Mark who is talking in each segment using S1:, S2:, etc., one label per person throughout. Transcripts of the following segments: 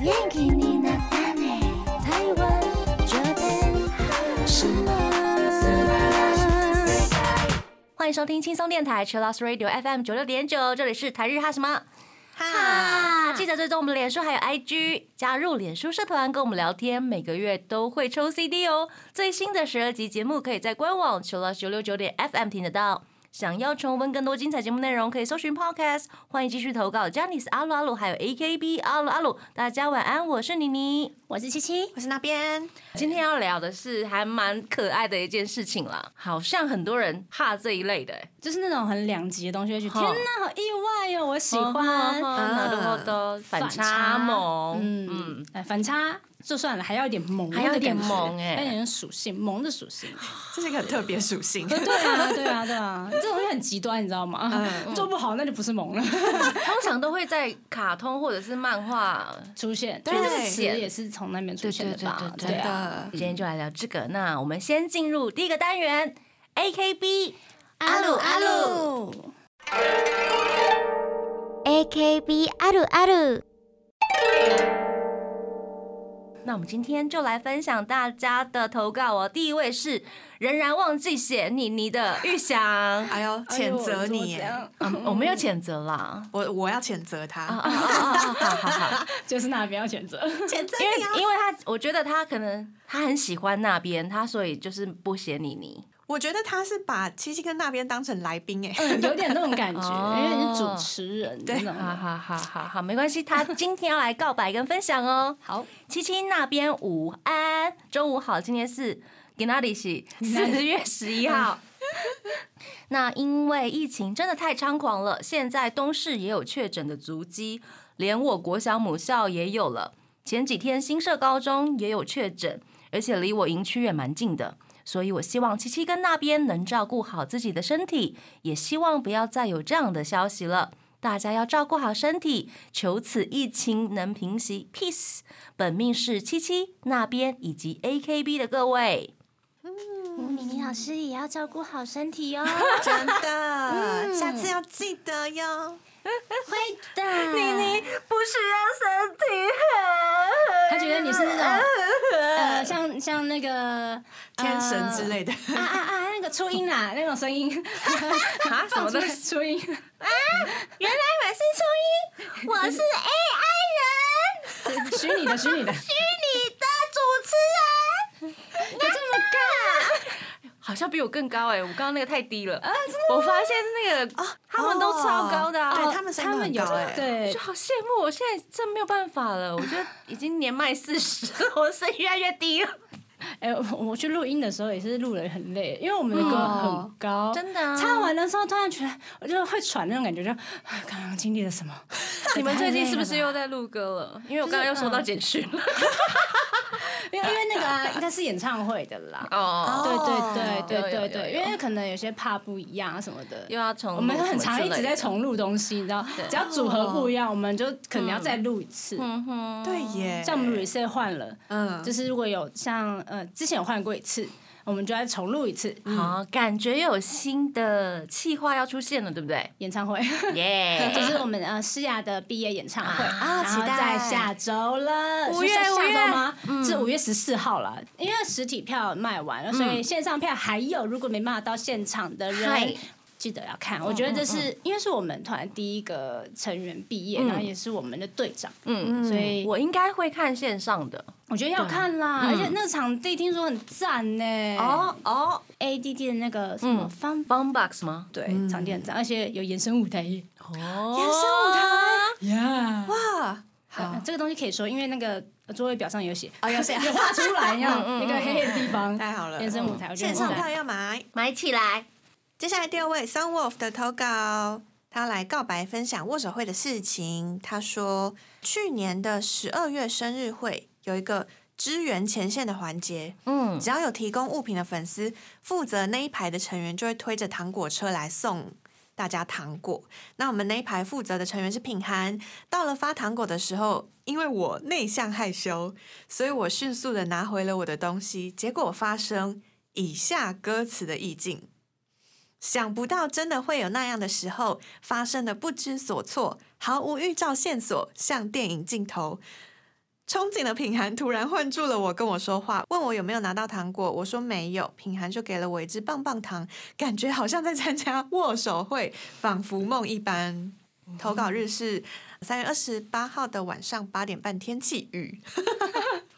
S1: 元気になったね台湾这边什么？
S2: 欢迎收听轻松电台 Chillus Radio FM 九六点九，这里是台日哈什么哈，记得追踪我们脸书还有 IG，加入脸书社团跟我们聊天，每个月都会抽 CD 哦。最新的十二集节目可以在官网 Chillus 九六九点 FM 听得到。想要重温更多精彩节目内容，可以搜寻 Podcast。欢迎继续投稿 j a n i c e 阿鲁阿鲁，还有 AKB 阿鲁阿鲁。大家晚安，我是妮妮。
S3: 我是七七，
S4: 我是那边，
S2: 今天要聊的是还蛮可爱的一件事情啦，好像很多人怕这一类的、欸。
S3: 就是那种很两极的东西，会觉得
S2: 哦
S3: 天哪，好意外哟、我
S2: 嗯
S3: 喜
S2: 欢，啊
S3: 欢。啊
S2: なるほど反差萌，嗯
S3: 嗯，哎，反差就算了，还要一点萌的感
S2: 还
S3: 觉，
S2: 要一点萌哎
S3: 还有一点属性，萌的属性。
S4: 这是一个很特别属性。
S3: 对啊，对啊，对啊，这种东西很极端，你知道吗？做不好那就不是萌了，
S2: 通常都会在卡通或者是漫画。
S3: 出现。
S4: 对
S3: 这个词也是从那边出现的吧？
S2: 对对对对对
S3: 对啊，
S4: 的，
S2: 今天就来聊这个，那我们先进入第一个单元，A K B
S1: 阿鲁阿鲁
S3: 哦，
S1: AKB あるあ る
S2: 那我们今天就来分享大家的投稿哦。第一位是仍然忘记写妮妮的玉祥，
S4: 哎呦，谴责你耶，
S2: 嗯 我没有谴责啦。
S4: 我我要谴责
S2: 啊
S4: 他，
S2: 啊啊啊！啊好好好，
S3: 就是那边要谴责。
S4: 谴 责啊
S2: 因为因为他，我觉得他可能他很喜欢那边，他所以就是不写妮妮。
S4: 我觉得他是把七七跟那边当成来宾哎，
S3: 嗯，有点那种感觉，
S2: 哦
S3: 因为你是主持人，
S4: 对
S3: 那种
S2: 好好好好好，没关系，他今天要来告白跟分享哦。
S3: 好，
S2: 七七那边午安，中午好，今天是 g i n a d i 四月十一号。那因为疫情真的太猖狂了，现在东市也有确诊的足迹，连我国小母校也有了。前几天新社高中也有确诊，而且离我营区也蛮近的，所以我希望七七跟那边能照顾好自己的身体，也希望不要再有这样的消息了。大家要照顾好身体，求此疫情能平息。Peace。本命是七七那边以及 AKB 的各位，
S1: 米妮老师也要照顾好身体 哦。
S4: 真的，下次要记得哟。
S1: 会的，妮妮，
S2: 不需要身体
S3: 他觉得你是那 种呃，像像那个
S4: 天神之类的，
S3: 啊啊啊，那个初音啦，那种声音，
S2: 啊什么
S3: 放
S2: 的
S3: 出，初音，
S2: 原来我是初一，我是 AI 人，
S3: 虚拟的虚拟的，
S2: 虚拟的主持人，有这 么高？好像比我更高哎、我刚刚那个太低了。啊，我发现那个、他们都超高的、啊，
S4: 对他们声音
S3: 哦他们有
S4: 很高哎
S3: 对
S2: 就，好羡慕，我现在真没有办法了，我觉得已经年迈四十，我声音越来越低了，
S3: 哎，我我去录音的时候也是录的很累，因为我们的歌很高，
S2: 真的啊
S3: 唱完的时候突然觉得，我就会喘那种感觉，就啊刚刚经历了什么？
S2: 你们最近是不 是
S3: 又？
S2: 又在录歌了？因为我刚刚又收到简讯了。
S3: 因为因为那个啊，应该是演唱会的啦。
S2: 哦，
S3: 对对对
S2: 有有
S3: 对对
S2: 有
S3: 对，
S2: 有
S3: 因为可能有些怕不一样啊什么的。
S2: 又要重录
S3: 我们很常
S2: 什么之类
S3: 一
S2: 的
S3: 直在重录东西，你知道，只要组合不一样，我们就可能要再录一次。
S2: 嗯哼，
S4: 对耶，
S3: 像我们 reset 换了，
S4: 嗯
S3: 就是如果有像呃之前有换过一次，我们就再重录一次
S2: 好，感觉又有新的企划要出现了，对不对？
S3: 演唱会，
S2: 耶！
S3: 就是我们呃诗雅的毕业演唱会
S4: 啊
S3: 然后
S4: 期待
S3: 在下周了，
S2: 五月
S3: 是下
S2: 五月嗯
S3: 下周吗？是五月十四号了，因为实体票卖完了，所以线上票还有，如果没办法到现场的
S2: 嗨嗯
S3: 人。记得要看，我觉得这是因为是我们团第一个成员毕业，然后也是我们的队长，
S2: 嗯，
S3: 所以
S2: 我应该会看线上的
S3: 我觉得
S2: 啊
S3: 要看啦。而且那个场地听说很赞呢，
S2: 嗯哦嗯哦
S3: ，ADD 的那个什么方，
S2: ，Fun Box 吗？
S3: 对，场地很赞，而且有延伸舞台耶，
S2: 哦，
S4: 延伸舞台
S3: 呀，
S4: 哇，
S3: 呃
S4: 好，
S3: 这个东西可以说，因为那个呃座位表上有写，
S4: 哦有写 嗯
S3: 有画出来，一样那个黑黑的地方，
S4: 太好了嗯
S3: 延伸舞台，我觉得
S4: 线
S3: 很
S4: 上票
S3: 赞
S4: 要买。
S2: 买起来。
S4: 接下来第二位 Sun Wolf 的投稿，他来告白分享握手会的事情。他说，去年的十二月生日会有一个支援前线的环节，
S2: 嗯，
S4: 只要有提供物品的粉丝，负责那一排的成员就会推着糖果车来送。大家糖果，那我们那一排负责的成员是品涵。到了发糖果的时候，因为我内向害羞，所以我迅速的拿回了我的东西。结果发生以下歌词的意境：想不到真的会有那样的时候，发生的不知所措，毫无预兆线索，像电影镜头。憧憬的品涵突然唤住了我，跟我说话，问我有没有拿到糖果。我说没有，品涵就给了我一支棒棒糖，感觉好像在参加握手会，仿佛梦一般。投稿日是三月二十八号的晚上八点半，天气雨。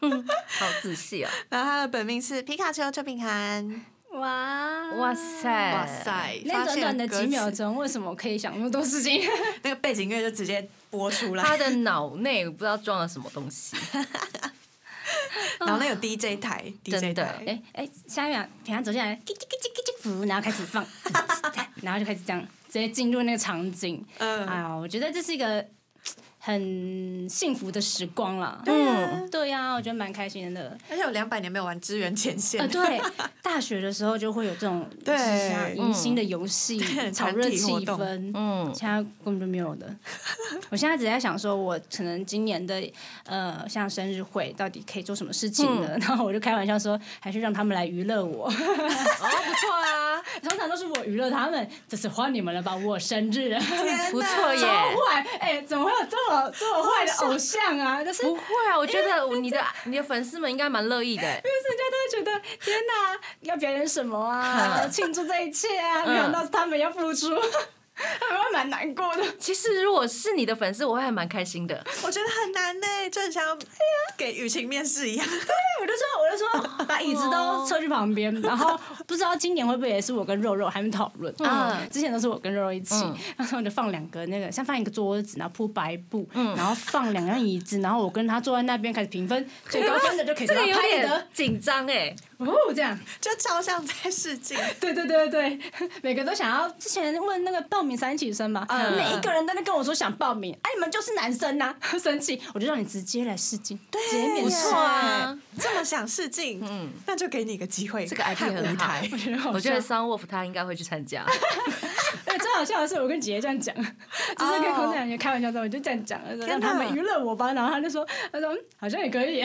S2: 好仔细哦！
S4: 然后他的本名是皮卡丘邱品涵。
S3: 哇
S2: 哇！塞，
S4: 哇！塞，
S3: 那
S4: 发
S3: 短
S4: 现
S3: 短的
S4: 歌
S3: 几秒
S4: 词，
S3: 钟，为什么我可以想那么多事情？
S4: 那个背景音乐就直接播出来，
S2: 他的脑内不知道装了什么东西，
S4: 然后那有 DJ 台
S2: 真
S4: ，DJ
S2: 的
S4: 台，
S3: 哎哎，下一秒，平常走下来，叽叽叽叽叽，噗，然后开始 放，然后就开始这样，直接进入那个场景。
S4: 嗯
S3: 哎呀，我觉得这是一个很幸福的时光了。
S2: 嗯，
S3: 对呀、我觉得蛮开心的。
S4: 而且有两百年没有玩支援前线，
S3: 呃，对，大学的时候就会有这种
S4: 对嗯
S3: 就是像迎新的游戏
S4: 对，
S3: 炒
S4: 团
S3: 热
S4: 体
S3: 气
S4: 活动
S3: 氛。
S2: 嗯，
S3: 现在根本就没有的。我现在只在想，说我可能今年的呃，像生日会到底可以做什么事情
S4: 嗯
S3: 呢？ 然后我就开玩笑说，还是让他们来娱乐我。
S2: 哦，不错啊，
S3: 通常都是我娱乐他们，这次换你们了吧？我生日，
S4: 天
S2: 不
S4: 哪
S2: 错耶
S3: 超坏！哎、怎么会有这么这么坏的偶像啊？就是
S2: 不会啊，我觉得你的你的粉丝们应该蛮乐意的欸，
S3: 就是人家都会觉得天哪，要表演什么啊？
S2: 嗯
S3: 庆祝这一切啊！
S2: 嗯
S3: 没想到是他们要付出， 他们会蛮难过的。
S2: 其实如果是你的粉丝，我会还蛮开心的。
S4: 我觉得很难呢、就很像要哎给雨晴面试一样。
S3: 我就说，我就 说，把椅子都撤去旁边，然后不知道今年会不会也是我跟肉肉还没讨论。
S2: 嗯
S3: 嗯，之前都是我跟肉肉一起
S2: 嗯，
S3: 然后我就放两个那个，像放一个桌子，然后铺白布，然后放两张椅子，然后我跟他坐在那边开始评分，最高分的就可以
S2: 这
S3: 得到
S2: 个有
S3: 拍
S2: 点
S3: 的。
S2: 紧张哎，
S3: 哦，这样，
S4: 就超像在试镜，
S3: 对对对对， 对每个都想要。之前问那个报名三起生嘛，
S4: 嗯
S3: 每一个人都在跟我说想报名，哎、你们就是男生呐、 生气，我就让你直接来试镜，直接面
S4: 不
S3: 试
S4: 错
S2: 啊，
S4: 这么想试镜，嗯，那就给你一个机会，
S2: 这个 idea
S4: 和舞
S2: 很好
S4: 台，
S2: 我觉得 Sun Wolf 他应该会去参加，
S3: 哎，最好笑的是，我跟姐姐这样讲， 就是跟孔子姐姐开玩笑的时候，我就这样讲，说让他们娱乐我吧。然后她就说，她说嗯好像也可以耶，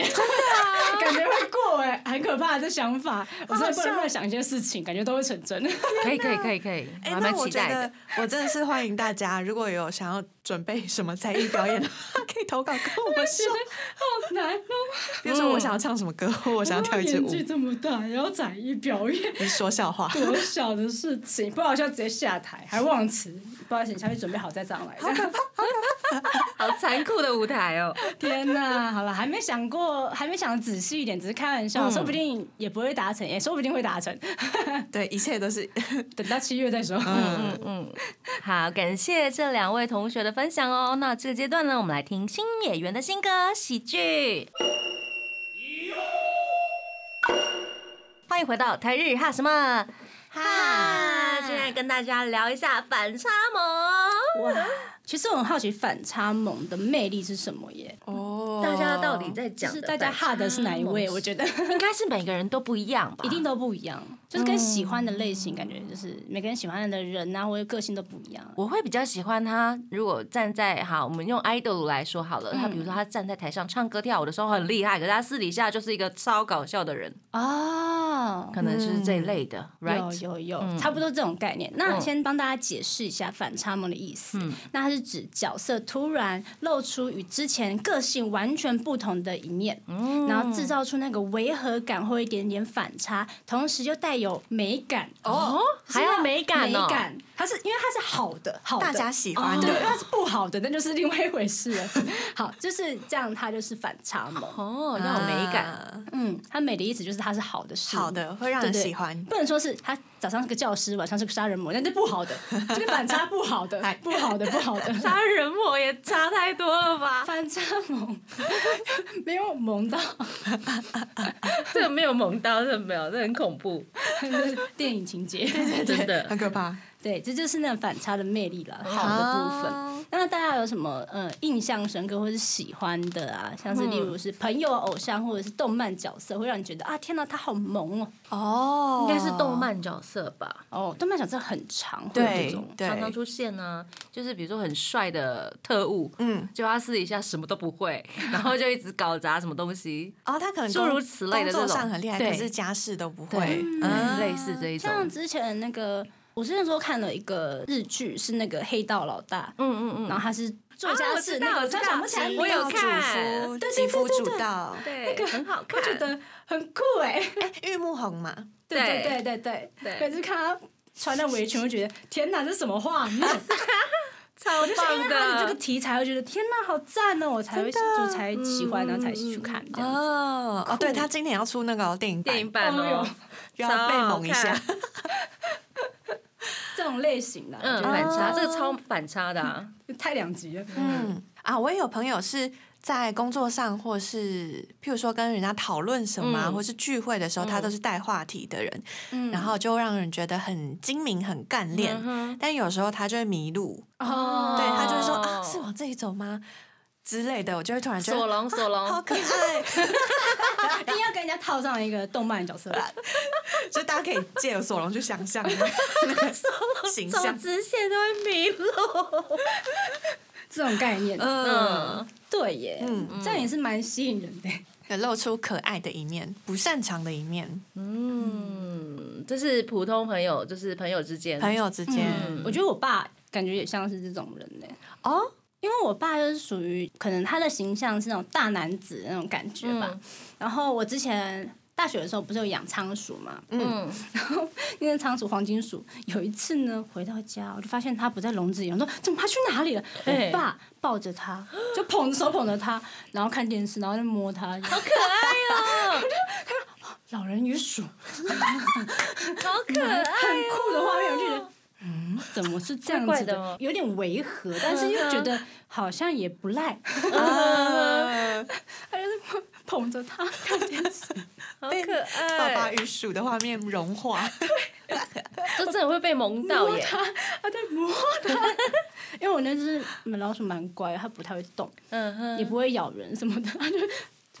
S4: 啊
S3: 感觉会过哎，很可怕这想法。我真的不能乱想一些事情，感觉都会成真。
S2: 可以可以可以可以，我
S4: 哎、
S2: 还
S4: 那
S2: 蛮
S4: 我
S2: 期
S4: 觉
S2: 待的
S4: 得。我真的是欢迎大家，如果有想要准备什么才艺表演 的话，可以投稿跟我们说。
S2: 嗯
S3: 好难哦，
S4: 比如说我想要唱什么歌，或我想要跳一支
S3: 年
S2: 嗯
S4: 舞，
S3: 纪这么大，还要才艺表演，
S4: 你说笑话。
S3: 多小的事情，不好笑直接下台，还忘词。不好意思，你下去准备好再上来。
S2: 好残酷的舞台哦！
S3: 天哪，好了，还没想过，还没想得仔细一点，只是开玩笑，说不定也不会达成，也说不定会达成。
S4: 对，一切都是
S3: 等到七月再说。
S2: 嗯嗯，好，感谢这两位同学的分享哦。那这个阶段呢，我们来听新演员的新歌《喜剧》。欢迎回到台日哈什么哈，现在跟大家聊一下反差萌。
S3: 嗯哇，其实我很好奇反差萌的魅力是什么耶？
S4: 哦
S2: 大家到底在
S3: 就
S2: 讲
S3: 是
S2: 的
S3: 大家哈的是哪一位？我觉 得
S2: 得应该是每个人都不一样吧，
S3: 一定都不一样，就是跟喜欢的类型感觉就是每个人喜欢的人啊，或者个性都不一样。
S2: 我会比较喜欢他。如果站在好，我们用 idol 来说好了，他比如说他站在台上唱歌跳舞的时候很厉害，可是他私底下就是一个超搞笑的人，
S3: 嗯哦。
S2: 可能就是这一类的、r i
S3: 有
S2: g h
S3: 有有，差不多这种概念。那
S2: 嗯
S3: 先帮大家解释一下反差萌的意思。那它是指角色突然露出与之前个性完全不同的一面，
S2: 哦
S3: 然后制造出那个违和感或一点点反差，同时又带有美感。
S2: t 哦，还要美感哦，
S3: 美感，它是因为它是好的，好的哦
S4: 大家喜欢
S3: 对，因为
S4: 的，
S3: 它是不好的，那就是另外一回事了。 好，就是这样，它就是反差萌。
S2: 哦，要有美感，
S4: 啊
S3: 嗯，它美的意思就是它是好的事，
S4: 好的会让人
S3: 对对
S4: 喜欢。
S3: 不能说是他早上是个教师，晚上是个杀人魔，那是不 好的，这个反差不好的
S4: 哎，
S3: 不好的，不好的。
S2: 杀人魔也差太多了吧？
S3: 反差萌，没有萌到
S2: 这个没有萌到，这个没有，这很恐怖，
S3: 电影情节。
S2: 真
S4: 很
S2: 的。
S4: 可怕，
S3: 对，这就是那反差的魅力了，好的部分。那大家有什么呃印象深刻或是喜欢的啊？像是例如是朋友、偶像或者是动漫角色，会让你觉得啊，天哪，他好萌哦！
S4: 哦
S2: 应该是动漫角色吧，
S3: 哦，动漫角色很长，会有这
S4: 对
S3: 种。
S4: 对，
S2: 常常出现呢、就是比如说很帅的特务，
S4: 嗯，
S2: 就他私底下什么都不会，然后就一直搞砸什么东西，
S4: 哦，他可能
S2: 诸
S4: 工
S2: 如此类的这
S4: 工作
S2: 种
S4: 上很厉害，
S2: 对
S4: 可是家事都不
S2: 对
S4: 会。，嗯，
S2: 类似这一种，
S3: 像之前那个，我之前说看了一个日剧，是那个黑道老大，
S2: 嗯嗯嗯，啊
S3: 然后他是作家
S2: 我
S3: 是
S2: 知
S3: 那
S2: 道，
S3: 个
S2: 嗯我知
S3: 他想
S2: 道
S3: 不起来，
S4: 我有
S2: 吉
S4: 主
S2: 看
S3: 对
S4: 夫，
S3: 对
S4: 吉夫
S3: 对对
S4: 主
S3: 对
S4: 道，
S2: 对，那个很好看，
S3: 我觉得很酷哎、
S4: 哎，玉木宏 嘛，
S3: 对对
S2: 对
S3: 对对对，
S2: 对
S3: 每次看他穿那围裙，我觉得天哪，这什么画面？
S2: 超
S3: 因为
S2: 棒
S3: 他的这个
S2: 的。
S3: 题材，我觉得天哪，好赞哦！我才会就才喜欢，然后才去看
S2: 嗯
S3: 这样。
S4: 哦哦，对他今年要出那个电影版
S2: 电，影版哦，
S4: 又要被
S2: 超好
S4: 猛一下
S2: 看。
S3: 这种类型的，
S2: 嗯，
S3: 嗯，
S2: 反差，这个超反差的啊，
S3: 太两极了。
S4: 嗯啊，我也有朋友是在工作上，或是譬如说跟人家讨论什么啊、
S2: 嗯
S4: 或是聚会的时候，他都是带话题的人，
S3: 嗯
S4: 然后就让人觉得很精明、很干练。但有时候他就会迷路，
S2: 嗯哦
S4: 对他就 会说啊，
S2: 哦
S4: 是往这里走吗？之类的，我就会突然觉
S2: 索
S4: 得。
S2: 隆，索
S4: 好
S2: 隆，
S4: 可爱，
S3: 一定要跟人家套上一个动漫角色，
S4: 就大家可以借由索隆去想 象形
S2: 走
S4: 象。
S2: 直线都会迷路。
S3: 这种概念。
S4: 嗯，
S2: 嗯，
S3: 对耶，
S4: 嗯
S3: 这样也是蛮吸引人的。
S4: 有露出可爱的一面，不擅长的一面，
S2: 嗯，这是普通朋友，就是朋友之间，
S4: 朋友之间、
S3: 嗯，我觉得我爸感觉也像是这种人呢。
S4: 哦，
S3: 因为我爸就是属于可能他的形象是那种大男子的那种感觉吧。
S2: 嗯
S3: 然后我之前大学的时候不是有养仓鼠嘛，
S2: 嗯，
S3: 因为仓鼠黄金鼠，有一次呢回到家，我就发现它不在笼子里，我说怎么它去哪里了？
S2: 对
S3: 我爸抱着它，就捧着手捧着它，然后看电视，然后就摸它，好可
S2: 哎呦，
S3: 老人与鼠，
S2: 好可
S3: 很
S2: 爱，哦
S3: 酷的画面，我就觉得。嗯，怎么是这样
S2: 怪
S3: 子
S2: 怪的哦
S3: 有点违和，但是又觉得好像也不 赖。
S4: 啊
S3: 他就是捧捧着它看电视，
S2: 好可
S4: 爸爸
S2: 爱，
S4: 与鼠的画面融化，
S2: 这真的会被萌到耶。
S3: 他在摸它。因为我那只老鼠蛮乖，它不太会动，
S2: 嗯哼，
S3: 也不会咬人什么的，它就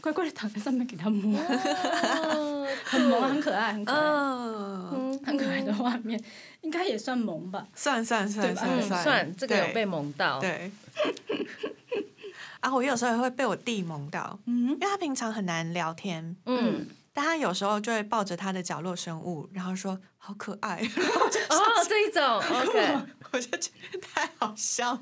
S3: 乖乖的躺在上面给它摸，
S2: 哦
S3: 很萌，很可爱，很可爱，
S4: 嗯，
S3: 很可爱的画面，应该也算萌吧。
S4: 算算算
S3: 对吧
S4: 算
S2: 嗯算这个有
S4: 对
S2: 被萌到，
S4: 对。啊，我有时候也会被我弟萌到，
S3: 嗯
S4: 因为他平常很难聊天，
S2: 嗯，
S4: 但他有时候就会抱着他的角落生物，然后说好可 爱，
S3: 嗯
S2: 哦，这一种 ，OK，
S4: 我就觉得太好笑了，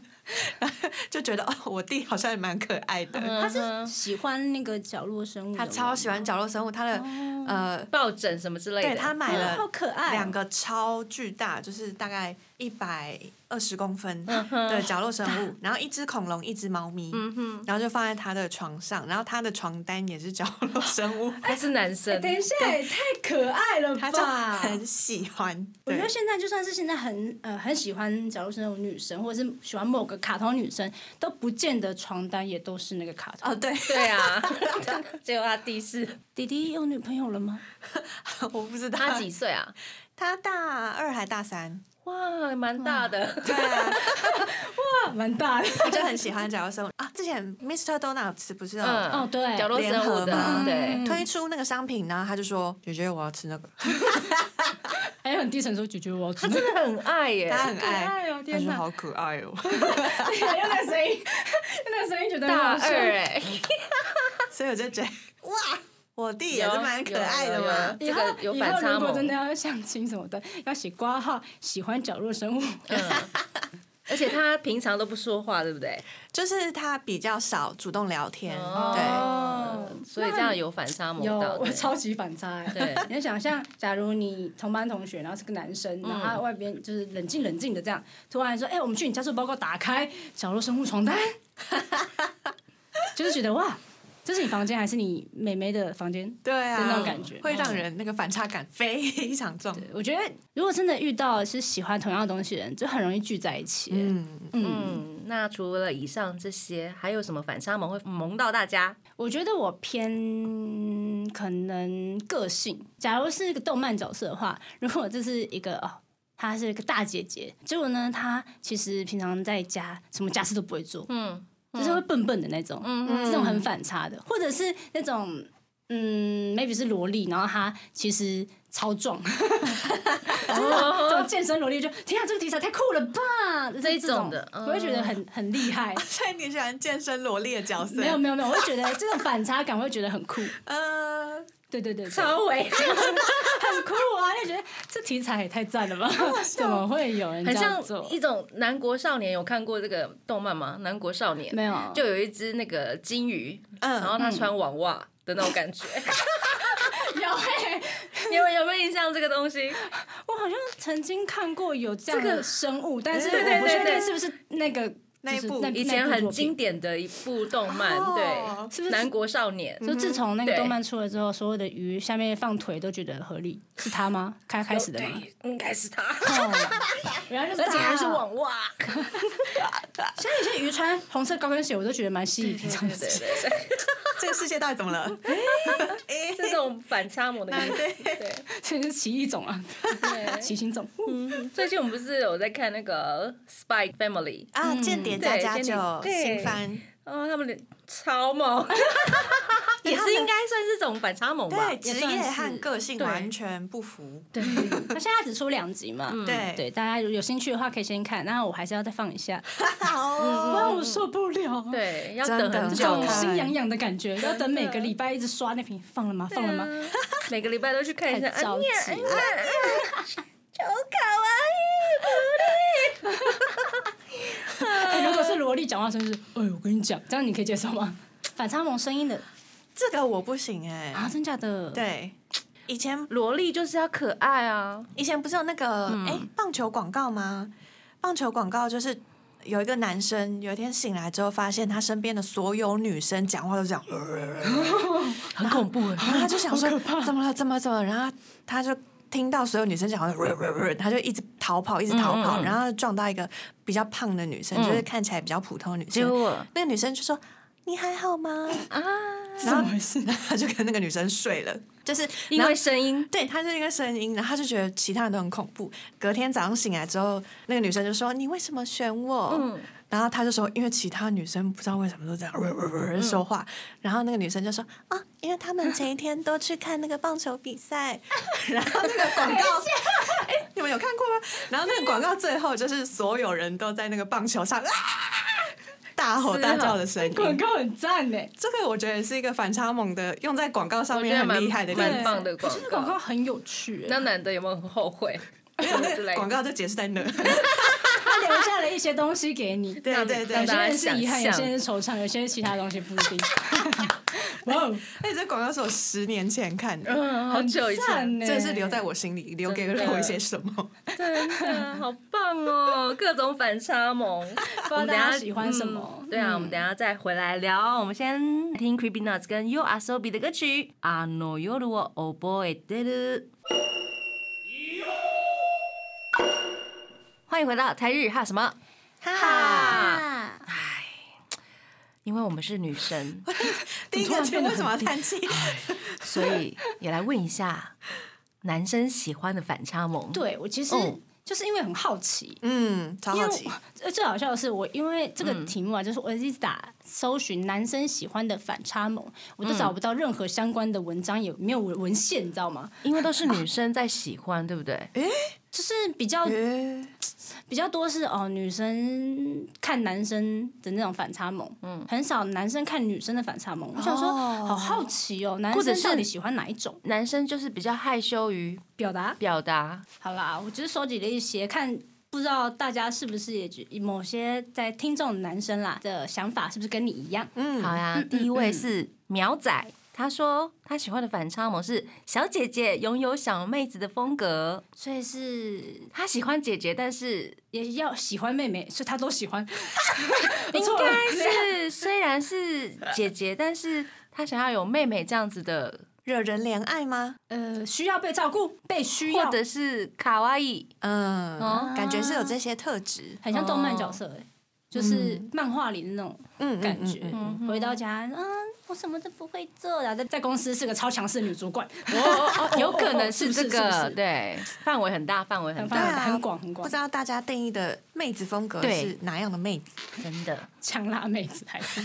S4: 然后就觉得哦，我弟好像也蛮可爱的。
S2: 他
S3: 它是喜欢那个角落生物的
S4: 他
S3: 吗，
S4: 超喜欢角落生物，他的、呃，
S2: 抱枕什么之类的，
S4: 对他买
S3: 嗯，好
S4: 了
S3: 可爱，
S4: 两，个超巨大，就是大概一百二十公分的角落生物，然后一只恐龙，一只猫咪，
S2: 嗯哼，
S4: 然后就放在他的床上，然后他的床单也是角落生物，
S2: 他是男
S4: 哎
S2: 生，
S3: 哦等一下，也太可爱了
S4: 他就
S3: 吧！
S4: 很喜欢。
S3: 我觉
S4: 对
S3: 得，现在就算是现在很呃很喜欢角落生物女生，或者是喜欢某个卡通女生，都不见得床单也都是那个卡通。
S4: 哦对，
S2: 对啊， 结果他弟是
S3: 弟弟有女朋友了吗？
S4: 我不知道
S2: 他几岁啊？
S4: 他大二还大三，
S2: 哇，蛮大的，
S4: 对啊，
S3: 啊，蛮大的。
S4: 他就很喜欢角落生物啊。之前 Mr. Donuts 不是有
S2: 嗯，
S3: 哦对嗯
S2: 角落生物
S4: 联合
S2: 的，
S4: 嘛
S2: 对，
S4: 推出那个商品，然后他就说：“姐姐，我要吃那个。
S3: 还有很低沉说：“姐姐，我要吃。”
S2: 他 真的很爱”耶
S4: 他，很
S3: 可爱哦
S4: 他
S3: 天
S4: 说
S3: 哪
S4: 好可爱哦。
S3: 用那个声音， 用那个声音觉得很
S2: 大
S3: 好笑
S2: 二哎，
S4: 所以我就觉得哇，我弟也是
S2: 有
S4: 蛮可爱的
S2: 有有
S4: 嘛
S2: 有。
S3: 以
S2: 这
S3: 后
S2: 个有
S3: 以
S2: 反
S3: 后
S2: 差
S3: 如果
S2: 萌
S3: 真的要相亲什么的，要写挂号，喜欢角落生物。
S2: 嗯，而且他平常都不说话，对不 对？
S4: 就是他比较少主动聊天，对，
S2: 哦，所以这样有反差萌
S3: 有
S2: 到，，
S3: 我
S2: 对
S3: 超级反差哎、
S2: 对
S3: 你要想象，假如你同班同学，然后是个男生，
S2: 嗯
S3: 然后他外边就是冷静冷静的这样，突然说：“哎、我们去你家做报告，打开角落生物床单。” 就是觉得哇，这是你房间还是你妹妹的房间？
S4: 对啊，
S3: 就那种感觉
S4: 会让人那个反差感非 常重。
S3: 我觉得如果真的遇到是喜欢同样的东西的人，就很容易聚在一起、
S4: 嗯，
S2: 嗯，那除了以上这些，还有什么反差萌会萌到大家？
S3: 我觉得我偏可能个性。假如是一个动漫角色的话，如果这是一个哦，她是一个大姐姐，结果呢，她其实平常在家什么家事都不会做，
S2: 嗯
S3: 就是会笨笨的那种，
S2: 嗯
S3: 这种很反差的，或者是那种嗯，maybe 是萝莉，然后她其实超壮， 就是那种这种健身萝莉就，天啊，这个题材太酷了吧，这
S2: 哦这种的嗯
S3: 我会觉得很很厉 害。
S4: 所以你喜欢健身萝莉的角色？
S3: 没有没有没有，我会觉得这种反差感，我会觉得很酷。
S4: 呃，
S3: 对对对，对
S2: 超伟大，
S3: 很酷啊！就觉得这题材也太赞了吧？怎么会有人这
S2: 很像
S3: 样做？
S2: 一种南国少年。有看过这个动漫吗？南国少年
S3: 没有，
S2: 就有一只那个金鱼，
S4: 嗯
S2: 然后它穿网袜的那种感觉。
S3: 有哎、
S2: 你们有没有印象这个东西？
S3: 我好像曾经看过有这样
S2: 这
S3: 的
S2: 个
S3: 生物，但是
S2: 对对
S3: 我不
S2: 对
S3: 确
S2: 对
S3: 定是不是那个
S4: 那一
S3: 就是
S4: 部
S3: 那
S2: 以前
S3: 那部
S2: 很
S3: 作品
S2: 经典的一部动漫，
S4: 哦
S2: 对，
S3: 是不是嗯
S2: 南国少年？
S3: 就自从那个
S2: 对
S3: 动漫出了之后，所有的鱼下面放腿都觉得合理，是他吗？开开始的吗？
S2: 对，应该 是它，
S3: 哦，原来就是
S2: 而且还
S3: 他
S2: 是网袜。
S3: 现在有些鱼穿红色高跟鞋，我都觉得蛮吸引平常 的。
S2: 对 对对，
S4: 这个世界到底怎么了？
S2: 是这种反差萌的意
S3: 啊
S2: 思。对，
S3: 这是奇异种啊， 奇形种。
S2: 最近我们不是有在看那个《Spy Family》，
S4: 啊，《间谍加加
S2: 对
S4: 酒
S2: 间》谍对
S4: 新番，
S2: 哦，他们脸超猛，也是应该算是种反差萌吧
S4: 对，？职
S3: 算
S4: 业
S3: 是
S4: 和个性
S2: 对
S4: 完全不符。
S2: 对，
S3: 它现在只出两集嘛，
S4: 嗯
S2: 嗯
S4: 对
S3: 对，大家如有兴趣的话可以先看，然后我还是要再放一下，
S4: 好，
S3: 不然我受不了。，
S2: 对，要
S4: 真
S2: 等
S4: 的
S2: 很
S3: 这
S2: 久
S4: 好
S3: 种
S4: 看
S2: 哦。
S3: 心痒痒的感觉，要等每个礼拜一直刷那屏，放了吗？放了吗？
S2: 对啊？每个礼拜都去看一下，
S3: 太着
S2: 啊
S3: 急
S2: 呀啊
S3: 了
S2: 呀，超可爱，
S3: 哎如果是萝莉讲话声是，哎，我跟你讲，这样你可以接受吗？反差萌声音的
S4: 这个我不行
S3: 啊，
S4: 哎。
S3: 真假的？，
S4: 对，以前
S2: 萝莉就是要可爱啊！
S4: 以前不是有那个
S2: 嗯
S4: 哎棒球广告吗？棒球广告就是。有一个男生有一天醒来之后，发现他身边的所有女生讲话都 这样，
S2: 很恐怖哎。
S4: 然后他就想说怎么了，怎么了怎么了，然后他就听到所有女 生讲话，他就一直逃跑，一直逃
S2: 嗯嗯
S4: 跑，
S2: 嗯嗯
S4: 然后撞到一个比较胖的女生，就是看起来比较普通的女
S2: 结
S4: 生，
S2: 果
S4: 那个女生就说。你还好吗？
S2: 啊，
S3: 怎么回 事？
S4: 然后他就跟那个女生睡了，就是
S2: 因
S4: 然后
S2: 为声音，
S4: 对他是一个声音，然后他就觉得其他人都很恐怖。隔天早上醒来之后，那个女生就说：“你为什么选我？”
S2: 嗯
S4: 然后他就说：“因为其他女生不知道为什么都这样、呃呃呃呃说话。然后那个女生就说：“啊，因为他们前一天都去看那个棒球比 赛。”然后那个广告，哎，你们有看过吗？然后那个广告最后就是所有人都在那个棒球上啊大吼大叫的声音。
S3: 广告很赞欸呢，
S4: 这个我觉得是一个反差萌的，用在广告上
S2: 我觉得
S4: 面很
S2: 蛮
S4: 厉害的地
S2: 蛮
S4: 方。
S2: 棒的
S3: 我
S2: 广
S3: 觉得广
S2: 告
S3: 告。很有趣，欸
S2: 那男的有没有很后悔？
S4: 没有那
S2: 之
S4: 个
S2: 类的
S4: 广告就解释在那。
S3: 他留下了一些东西给你。
S4: 对对
S2: 让
S3: 有
S4: 对
S3: 些
S2: 大，家
S3: 人是遗憾，
S2: 想
S3: 有些
S2: 象
S3: 人是惆怅，有些是其他东西不一定。哇哦，
S4: 而且这广告是我十年前看的，
S2: 嗯，好久以前，
S3: 赞呢
S4: 真的是留在我心里，留给了我一些什么。
S2: 真 的好棒哦，各种反差萌，不知
S3: 道大家喜欢什么嗯
S2: 对啊，我们等一下再回来聊。我们先听 Creepy Nuts 跟 You Are So Be 的歌曲《あの夜を覚えてる》。欢迎回到台日哈什么？哈，
S1: 啊，
S2: 因为我们是女 生，
S4: 第一个就为什么要叹气？
S2: 所以也来问一下男生喜欢的反差萌。
S3: 对我其实
S2: 嗯
S3: 就是因为很好奇，
S4: 嗯，超
S3: 因
S4: 好
S3: 为
S4: 奇
S3: 我。呃最好笑的是我因为这个题目啊，就是我一直打搜寻男生喜欢的反差萌，我都找不到任何相关的文章，也没有文文献，你知道吗？
S2: 因为都是女生在喜欢，对不对？
S3: 就是比较
S4: 诶
S3: 比较多是哦，女生看男生的那种反差萌，嗯，很少男生看女生的反差萌。我想说，好好奇哦，男
S2: 或者
S3: 生
S2: 是
S3: 到底喜欢哪一种
S2: 男生就是比较害羞于
S3: 表达？
S2: 表达，
S3: 好啦，我只是收集了一些，看不知道大家是不是也觉某些在听众的男生啦的想法是不是跟你一样？
S2: 好呀，第一位是苗仔，他说他喜欢的反差萌是小姐姐拥有小妹子的风格，
S3: 所以是
S2: 他喜欢姐姐，但是
S3: 也要喜欢妹妹，所以他都喜 欢。
S2: 应
S3: 错了
S2: 该是虽然是姐姐，但是他想要有妹妹这样子的，
S4: 惹人怜爱吗？
S3: 呃，需要被照顾，被需
S2: 或
S3: 要，
S2: 者是卡哇伊，
S4: 嗯
S2: 哦，
S4: 感觉是有这些特质。
S3: 很像动漫角色哎、就是漫画里的那种
S4: 哦嗯嗯，嗯
S3: 感觉。
S4: 嗯嗯
S3: 回到家，嗯，我什么都不会做，啊然后在在公司是个超强势女主管，
S2: 有可能是这
S3: 是不是是
S2: 个
S3: 不，是
S2: 对，范围很大，范围很
S3: 很
S4: 对
S2: 大，
S4: 啊
S3: 很广很
S4: 不
S3: 广
S4: 知，道大家定义的妹子风格
S2: 对
S4: 是哪样的妹子？
S2: 真的，
S3: 强辣妹子还 是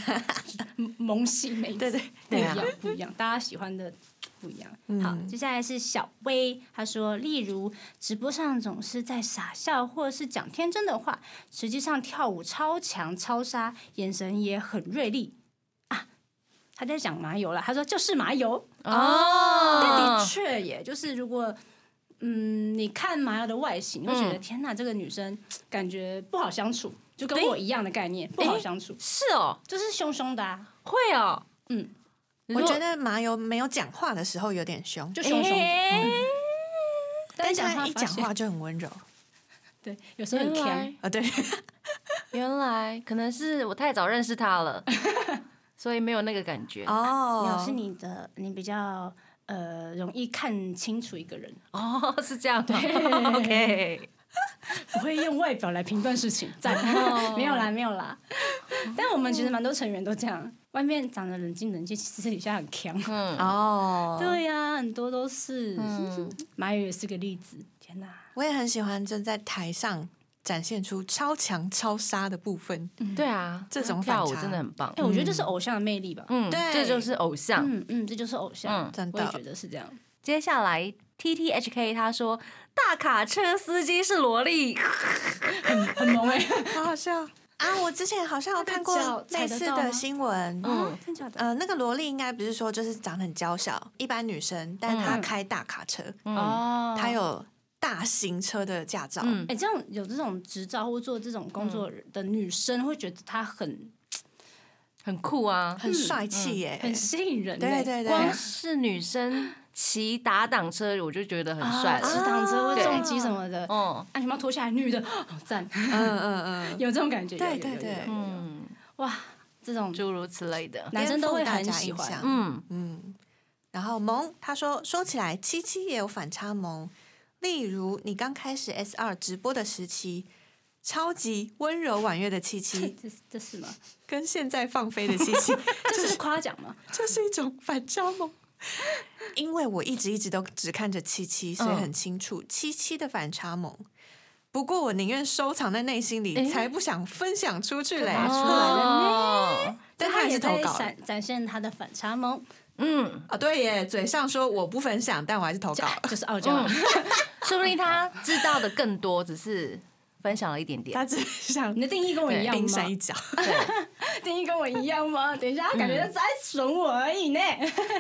S3: 萌系妹子？对对，不一
S2: 对啊嗯
S3: 样不一样，大家喜欢的。不一样。好，接下来是小薇，她说，例如直播上总是在傻笑或者是讲天真的话，实际上跳舞超强超杀，眼神也很锐利啊。他在讲麻油啦，他说就是麻油，但的
S2: 哦，
S3: 确也就是如果。嗯，你看麻油的外形，你会觉得、
S2: 嗯
S3: 天哪，这个女生感觉不好相处，就跟
S2: 对
S3: 我一样的概念，不好相处，
S2: 是哦，
S3: 就是凶凶的、啊，
S2: 会哦，
S3: 嗯，
S4: 我觉得麻油没有讲话的时候有点凶，
S3: 就凶凶的。嗯
S2: 诶
S4: 但
S3: 但
S4: 是
S3: 讲
S4: 他
S3: 话
S4: 一
S3: 发现
S4: 讲话，就很温柔
S3: 对，有时候很
S2: 原来
S3: 甜。
S4: 啊。对，
S2: 原来可能是我太早认识他 了，所以没有那个感觉。
S4: 哦
S3: 老师，你的你比较呃容易看清楚一个人，
S2: 哦，是这样吗？OK，
S3: 不会用外表来评断事情，赞。 没有啦，没有啦。但我们其实蛮多成员都这样，外面长得冷静冷静，私底下很强。
S2: 嗯，
S4: 哦，
S3: 对呀、很多都是。
S2: 嗯
S3: 马宇也是个例子。天哪，
S4: 我也很喜欢，就在台上展现出超强超杀的部分。
S2: 对啊，
S4: 嗯这种反
S2: 跳
S4: 差
S2: 舞真的很棒
S3: 哎、。我觉得这是偶像的魅力吧。
S2: 嗯，
S4: 对
S2: 这就是偶像。
S3: 嗯嗯，这就是偶像。
S2: 嗯
S4: 真的
S3: 我也觉得是这样。
S2: 接下来 T T H K 他说大卡车司机是萝莉，
S3: 很萌哎、
S4: 好好笑啊！我之前好像有看
S3: 那个
S4: 过
S3: 脚踩
S4: 类
S3: 得
S4: 似
S3: 到吗
S4: 的新闻，
S2: 嗯，
S3: 真假的？
S4: 呃，那个萝莉应该不是说就是长得很娇小，一般女生，但她
S3: 嗯
S4: 开大卡车，
S2: 嗯
S3: 哦
S4: 她有大型车的驾照，
S2: 嗯
S3: 哎、这样有这种执照或做这种工作
S4: 嗯
S3: 的女生，会觉得她很
S2: 很酷啊，
S4: 很帅气耶、
S3: 嗯很吸引人、哎
S4: 对对对，
S2: 光是女生骑打挡车，我就觉得很帅
S3: 啊，吃
S2: 了。
S3: 糖车或
S2: 对
S3: 重击什么的，啊
S2: 哦，
S3: 安全帽脱下来，女的好赞，
S4: 嗯嗯 嗯，
S3: 有这种感觉，
S4: 对
S3: 有有
S4: 对
S3: 有
S4: 对
S3: 有有
S2: 嗯，
S3: 哇，这种
S2: 诸如此类的。
S3: 男生都会
S4: 颠覆大
S3: 很
S4: 家
S3: 喜
S4: 印
S3: 欢
S4: 象，
S2: 嗯，
S4: 嗯，然后萌他说说起来，七七也有反差萌，例如你刚开始 S 二直播的时期，超级温柔婉约的 七七，
S3: 这这是 吗？
S4: 跟现在放飞的七 七，
S3: 这是夸奖 吗？
S4: 这是一种反差萌。因为我一直一直都只看着七七，所以
S3: 嗯
S4: 很清楚七七的反差萌。不过我宁愿收藏在内心里，
S2: 诶
S4: 才不想分享出去嘞。
S3: 拿出来了
S2: 哦，
S4: 但他
S3: 他
S4: 还
S3: 也
S4: 是投
S3: 在
S4: 稿了
S3: 展展现他的反差萌，
S2: 嗯，
S4: 啊！对耶，嘴上说我不分享，但我还是投稿嗯了。
S3: 就是傲娇，
S2: 说不定他知道的更多，只是分享了一点点。
S4: 他只是想
S3: 你的定义跟我一样
S4: 冰山
S3: 吗
S4: 一？角。
S3: 定义跟我一样吗？等一下，他感
S4: 嗯
S3: 觉他在损我而已呢。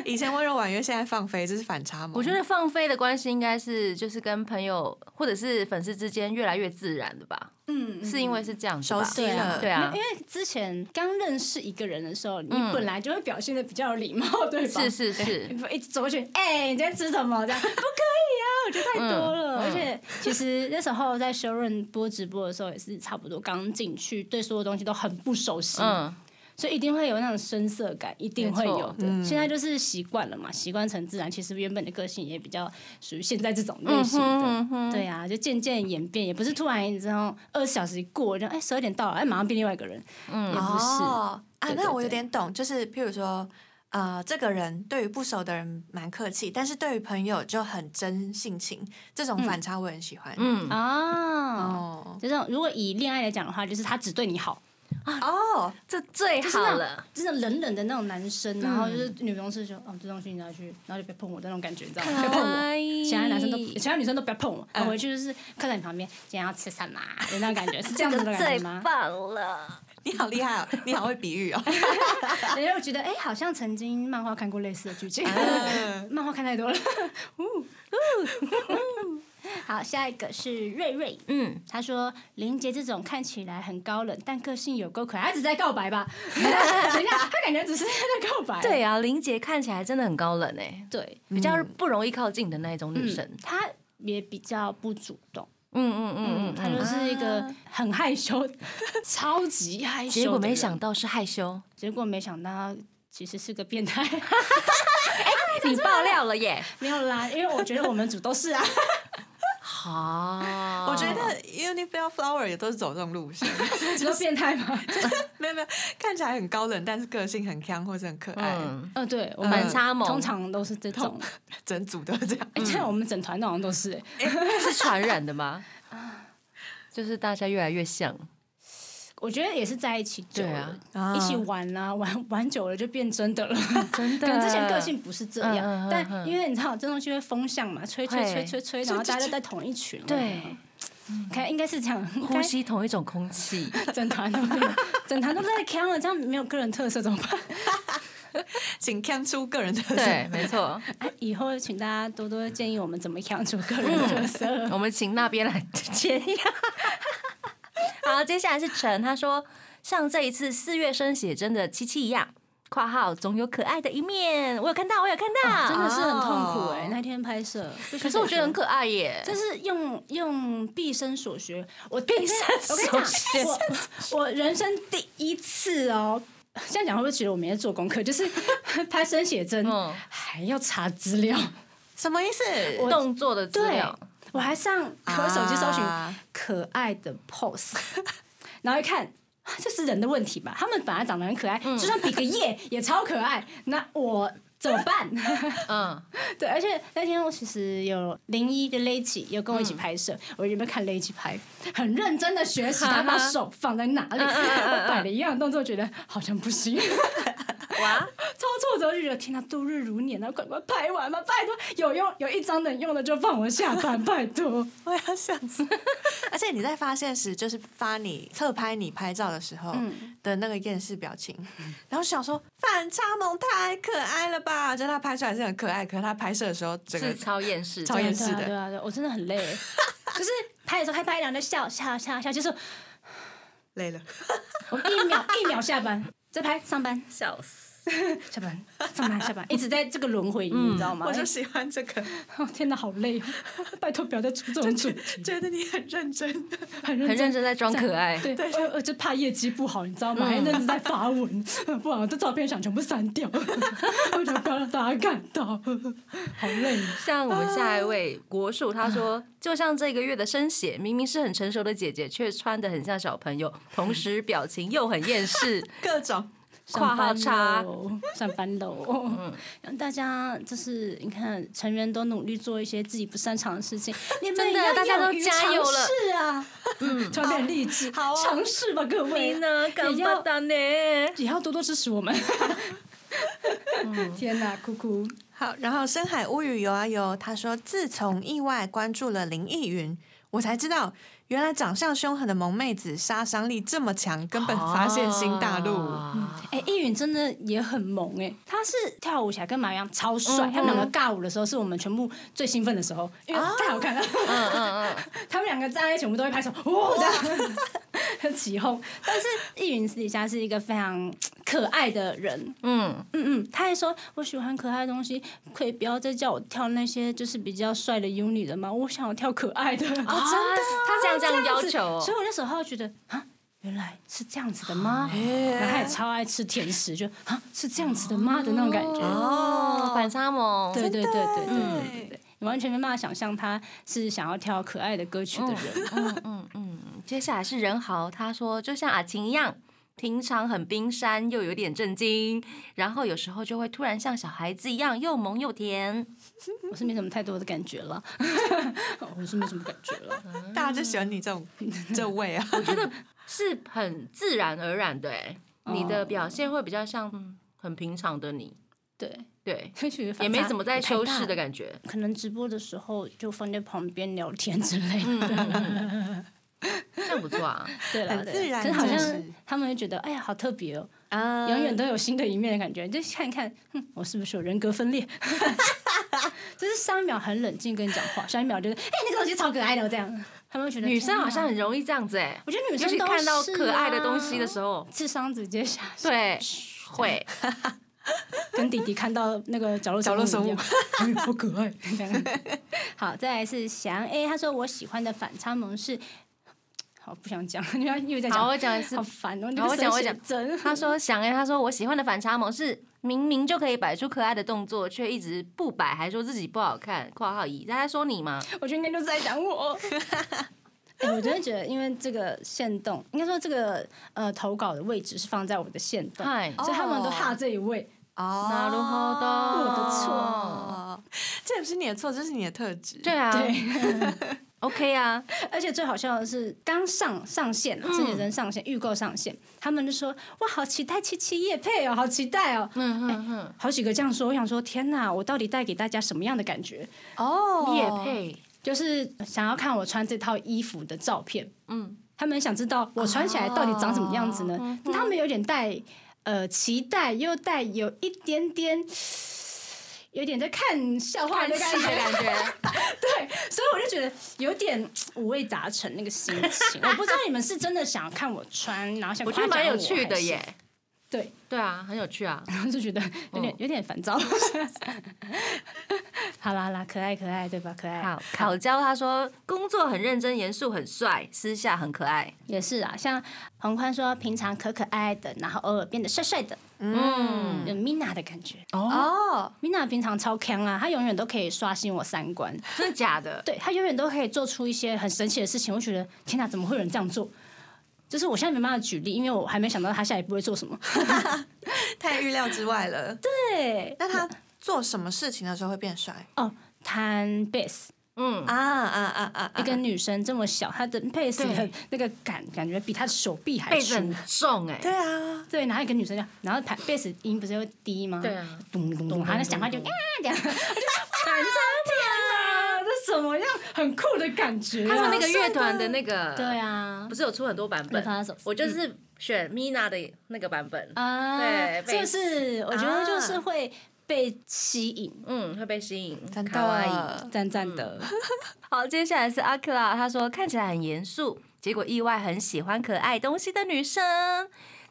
S4: 以前温柔婉约，现在放飞，这是反差萌。
S2: 我觉
S3: 哦
S2: 得放飞的关系应该是就是跟朋友或者是粉丝之间越来越自然的吧，
S3: 嗯，
S2: 是因为是这样子
S4: 熟
S2: 吧？
S4: 悉了，
S2: 对啊
S3: 因为之前刚认识一个人的时候，你
S2: 嗯
S3: 本来就会表现的比较有礼貌，对吧？
S2: 是是 是，
S3: 一直走过去，哎、你在吃什么？ 这样不可以啊，我觉得太多
S2: 嗯
S3: 了。
S2: 嗯
S3: 而且其实那时候在修润播直播的时候，也是差不多刚进去，对所有东西都很不熟悉，
S2: 嗯，
S3: 所以一定会有那种生涩感，一定会有
S2: 没
S3: 的。现在就是习惯了嘛，习惯成自然。其实原本的个性也比较属于现在这种类型的。
S2: 嗯哼，
S3: 对啊，就渐渐演变，也不是突然之后二十小时一过，就哎十二点到了，哎马上变另外一个人，嗯，也不是，
S4: 哦啊，
S3: 对对
S4: 那我
S3: 对
S4: 有点懂，就是譬如说，呃，这个人对于不熟的人蛮客气，但是对于朋友就很真性情，这种反差我很喜欢。
S2: 嗯，
S3: 哦，
S4: 哦
S3: 就这种。如果以恋爱来讲的话，就是他只对你好，
S2: 啊
S4: 哦，
S2: 这最
S3: 就是
S2: 好
S3: 那种
S2: 了，
S3: 真的冷冷的那种男生，然后就是女同事说，哦，这东西你拿去，然后就别碰我的那种感觉，你知道
S2: 哎啊
S3: 吗？别碰我。其他男生都，其他女生都不要碰我，我回去就是靠在你旁边，今天要吃什么啊有那种感觉，是这样子的感
S2: 最
S3: 觉吗？
S2: 棒了，
S4: 你好厉 害哦，你好会比喻哦。
S3: 然后我觉得，哎，好像曾经漫画看过类似的剧情， 漫画看太多了。好，下一个是瑞瑞，
S2: 嗯，
S3: 他说林杰这种看起来很高冷，但个性有够可爱，他只是在告白吧？等一下，他感觉只是在告白。
S2: 对啊，林杰看起来真的很高冷哎，
S3: 对，
S2: 比较不容易靠近的那一种女生，
S3: 他也比较不主动，
S2: 嗯嗯嗯嗯，
S3: 他就是一个很害羞， 超级害羞。
S2: 结果没想，到是害羞，
S3: 结果没想到其实是个变态。
S2: 你爆料了耶！
S3: 没有啦，因为我觉得我们组都是啊。
S2: 好，哦
S4: 我觉得 Unibell Flower 也都是走这 种路线，
S3: 只有变态吗？
S4: 没有没有，看起来很高冷，但是个性很强或者很可爱，
S2: 嗯，
S3: 嗯，对，我
S2: 反
S3: 们
S2: 差萌
S3: 通常都是这种。
S4: 整组都是这样。
S3: 哎，现在我们整团都好像都是，哎
S2: 是传染的 吗？就是大家越来越像，
S3: 我觉得也是在一起久
S2: 对
S3: 了
S2: 啊，
S4: 啊
S3: 一起玩啊，玩玩久了就变真的了。
S2: 真
S3: 可能之前个性不是这
S2: 嗯嗯
S3: 样
S2: 嗯，
S3: 但因为你知道这东西会风向嘛，吹吹
S2: 会
S3: 吹吹吹，然后大家就在同一群了。
S2: 对，
S3: 看应该是这样，应
S2: 呼
S3: 该
S2: 吸同一种空气，
S3: 整团都变，整团都在 c 了，这样没有个人特色怎么办？
S4: 请看出个人特色。
S2: 对，没错，
S3: 哎以后请大家多多建议我们怎么养出个人特色。
S2: 我们请那边来接呀。好，接下来是陈，他说像这一次四月生写真的七七一样。括号总有可爱的一面，我有看到，我有看到，
S3: 真的是很痛苦
S2: 欸
S4: 哦
S3: 哎、那天拍摄，
S2: 可是我觉得很可爱耶，
S3: 这是用用毕生所学，我毕
S2: 生
S3: 我跟
S2: 所学
S3: 你讲，我我人生第一次哦。这样讲会不会觉得我没在做功课？就是 拍生写真，
S2: 嗯
S3: 还要查资料。
S4: 什么意思？
S2: 动作的资
S3: 对
S2: 料，，
S3: 我还上我手机搜寻
S4: 啊
S3: 可爱的 pose，然后一看。啊这是人的问题吧？他们本来长得很可爱，
S2: 嗯
S3: 就算比个耶也超可爱。那我怎么办？
S2: 嗯，
S3: 对，而且那天我其实有零一的 l e 有跟我一
S2: 嗯
S3: 起拍摄，我原本看 l e 拍，很认真的 学习他把手放在哪
S2: 嗯
S3: 里，我摆了一样的动作，觉得好像不行，
S2: 哇，
S3: 超挫折，就觉得天哪，度日如年啊，快快拍完吧，拜托，有用有一张能用的就放我下班，拜托。
S4: 我要笑死！ 而且你在发现时，就是发你侧拍你拍照的时候的那个厌世表情， 然后想说反差萌太可爱了吧？就他拍出来是很可爱，可是他拍摄的时候整个
S2: 是超厌世，
S4: 超厌世
S3: 对啊
S4: 的
S3: 对啊，对啊，我真的很累，就是拍的时候拍拍，然后就笑笑笑笑，就是
S4: 累了。
S3: 我一秒一秒下班，再拍上班
S2: 笑死，
S3: 下班上班下班，一直在这个轮回里，你知道吗？
S4: 我就喜欢这个，
S3: 哦，天哪，好累、哦！拜托不要再出这种主题，
S4: 觉得你很认真。
S3: 很认
S2: 很认真在装可 爱，
S3: 对，我我就怕业绩不好，你知道吗？还认真在发文，不然我这照片想全部删掉，我就不要让大家看到，好累哦。
S2: 像我们下一位国树，他说，就像这个月的生写，明明是很成熟的姐姐，却穿的很像小朋友，同时表情又很厌 世。
S4: 各种
S2: 括号叉嗯
S3: 上班喽，上班喽。让大家就是你看，成员都努力做一些自己不擅长的事 情，你们
S2: 真的
S3: 也要
S2: 大家都
S3: 勇于
S2: 加油
S3: 尝
S2: 了
S3: 试啊！ 嗯，突然变励志，
S4: 好啊
S3: 尝试吧，各位，也要
S2: 到哎呢？
S3: 也要多多支持我们。
S2: 嗯
S3: 天哪，哭哭！
S4: 好，然后深海乌鱼游啊游，他说自从意外关注了林忆云，我才知道原来长相凶狠的萌妹子杀伤力这么强，根本发现新大陆。
S2: 啊
S3: 哎、易允真的也很萌哎、他是跳舞起来跟马一样超帅，
S2: 嗯
S3: 他们两个尬舞的时候是我们全部最兴奋的时候，因为太好看了。
S2: 嗯嗯
S3: 他们两个站在一起，我们都会拍手，哇、这样 很起哄。但是易云私底下是一个非常可爱的人，
S2: 嗯
S3: 嗯嗯，他还说我喜欢可爱的东西，可以不要再叫我跳那些就是比较帅的 uni 的吗？我想要跳可爱的。
S2: 嗯，啊，真的，这样这样要求
S3: 所
S2: 哦，
S3: 以我那时候觉得啊，原来是这样子的
S2: 啊
S3: 吗？然后他也超爱吃甜食，就啊是这样子的吗的那种感觉。
S2: 哦，反差萌，
S3: 对对对对对对对
S4: 对
S3: 对，你完全没办法想象他是想要跳可爱的歌曲的人。
S2: 哦接下来是任豪，他说就像阿晴一样，平常很冰山，又有点震惊，然后有时候就会突然像小孩子一样，又萌又甜。
S3: 我是没什么太多的感觉了， 我是没什么感觉了。
S4: 大家就喜欢你 这种这位啊，
S2: 我觉得是很自然而然的、欸，你
S3: 哦
S2: 的表现会比较像嗯很平常的你，
S3: 对，
S2: 对，
S3: 所以其实
S2: 也
S3: 反
S2: 没
S3: 差
S2: 怎么在
S3: 太
S2: 修
S3: 大
S2: 饰的
S3: 了。
S2: 感觉。
S3: 可能直播的时候就放在旁边聊天之类的，
S2: 嗯这样不错啊，
S3: 对啦
S4: 嗯很
S3: 对
S4: 自
S3: 啦
S4: 然
S3: 可是好
S4: 就
S3: 像
S4: 是
S3: 他们会觉得，哎呀，好特别哦，
S4: 啊
S3: 永远都有新的一面的感觉。就看一看，哼，我是不是有人格分裂？ 就是上一秒很冷静跟你讲话，下一秒就是，哎，那个东西超可爱的哦，这样。他们会觉得
S2: 女生好
S3: 天
S2: 像
S3: 哪
S2: 很容易这样子哎、
S3: 我觉得女
S2: 尤
S3: 生
S2: 其
S3: 都
S2: 看到
S3: 是
S2: 可爱的
S3: 啊
S2: 东西的时候，
S3: 智商直接下降，
S2: 对，会，
S3: 跟弟弟看到那个角落
S4: 角落
S3: 生
S4: 生
S3: 物一
S4: 物
S3: 样，哎好可爱。这样 好，再来是翔 A，他说我喜欢的反差萌是，好不想讲， 因为又在
S2: 好，
S3: 讲
S2: 我，讲一次
S3: 好。烦哦。
S2: 好我讲我讲
S3: 真
S2: 他说想哎，他说我喜欢的反差萌是明明就可以摆出可爱的动作，却一直不摆，还说自己不好看。（括号一）他在说你吗？
S3: 我觉得应该就是在讲我。 哎我真的觉得，因为这个线动，应该说这个呃投稿的位置是放在我的线动，
S2: 嗨，
S3: 所以他们都哈这一位。
S4: 哦，
S2: 那如何的？
S3: 我的错
S4: 哦，这也不是你的错，这是你的特质。
S2: 对啊，OK 啊，
S3: 而且最好笑的是，刚上上线啊，是女生上线预购上线，他们就说哇，好期待七七夜配哦，好期待哦，
S2: 嗯哼哼，
S3: 好几个这样说，我想说天哪，我到底带给大家什么样的感觉？
S4: 哦，
S2: 叶配，
S3: 就是想要看我穿这套衣服的照片，
S2: 嗯，哦
S3: 他们想知道我穿起来到底长什么样子呢？他们有点带呃期待又带有一点点。 有点在看笑话的感
S2: 看戏的
S3: 觉，
S2: 感觉。
S3: 对， 所以我就觉得有点五味杂陈那个心 情。我不知道你们是真的想看我穿，然后想
S2: 我觉得
S3: 夸
S2: 蛮
S3: 奖
S2: 有趣的
S3: 还是，
S2: 耶。
S3: 对，
S2: 对啊，很有趣啊。
S3: 然后就觉得有点、
S2: 嗯
S3: 有点烦躁。 好啦好啦，可爱可爱对吧？可爱
S2: 好，考教他说工作很认真、严肃、很帅，私下很可爱。
S3: 也是啊，像黄宽说平常可可爱爱的，然后偶尔变得帅帅的，
S2: 嗯，
S3: 有 Mina 的感觉。
S4: 哦，
S3: Mina 平常超强啊，她永远都可以刷新我三观，
S2: 真的假 的？
S3: 对她永远都可以做出一些很神奇的事情。我觉得天哪，怎么会有人这样做？就是我现在没办法举例，因为我还没想到她下一步会做什么。
S4: 太预料之外了。对，
S3: 对，
S4: 那他做什么事情的时候会变帅？
S3: 哦，弹贝斯，
S2: 嗯，
S4: 啊啊啊啊！
S3: 一个女生这么小，她的贝斯
S2: 对
S3: 很那个感感觉比她的手臂还
S2: 被
S3: 粗
S2: 子。很重哎。
S4: 对啊，
S3: 对，然后一个女生这样，然后弹贝斯音不是会低吗？
S2: 对啊，
S3: 咚咚咚，她那讲话就
S2: 咚啊
S3: 啊这样，我就 哇天哪，这什么样很酷的感觉
S2: 他
S3: 啊？
S2: 们那个乐团的那个，
S3: 对，啊
S2: 不，是有出很多版
S3: 没
S2: 本
S3: 发手，
S2: 我就是选 Mina 的那个版本。
S3: 啊，
S2: 对贝
S3: 就
S2: 斯
S3: 是我觉得就是会被吸引，
S2: 嗯，会被吸引，
S4: 真
S2: 卡哇伊。
S4: 的，
S3: 赞赞的，
S2: 嗯好，接下来是阿克拉，他说看起来很严肃，结果意外很喜欢可爱东西的女生。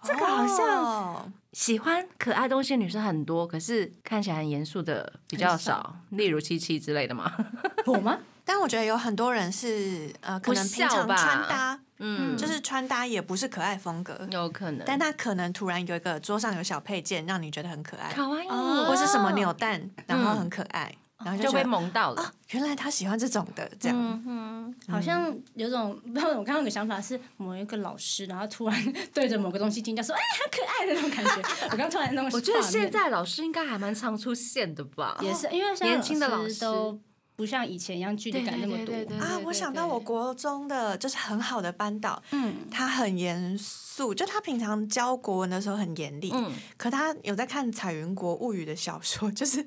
S2: 这个好像
S4: 哦
S2: 喜欢可爱东西的女生很多，可是看起来很严肃的比较少，例如七七之类的 嘛。
S3: 我吗？
S4: 但我觉得有很多人是呃，可能
S2: 不笑
S4: 平常
S2: 吧
S4: 穿搭，
S2: 嗯，
S4: 就是穿搭也不是可爱风格，
S2: 有可能。
S4: 但他可能突然有一个桌上有小配件，让你觉得很可爱，
S2: 卡哇伊，
S3: 哦
S4: 或是什么扭蛋，然后很可爱，然后
S2: 嗯就哦
S4: 就
S2: 被
S4: 觉得
S2: 萌到了。
S3: 哦
S4: 啊，原来他喜欢这种的，这样
S2: 嗯哼，
S3: 好像有种，不知道我刚刚有个想法是某一个老师，然后突然对着某个东西惊叫说：“哎，好可爱的那种感觉。” 我刚突然那种画面，
S2: 我觉得现在老师应该还蛮常出现的吧？
S3: 也是因为现在
S2: 年轻的老师
S3: 都不像以前一样距离感那么多，
S4: 啊，我想到我
S2: 国
S4: 国中的就是很好的班导，
S3: 嗯，
S4: 他很严肃，就他平常教国文的时候很严厉，
S2: 嗯
S4: 可他有在看《彩云国物语》的小说， 就是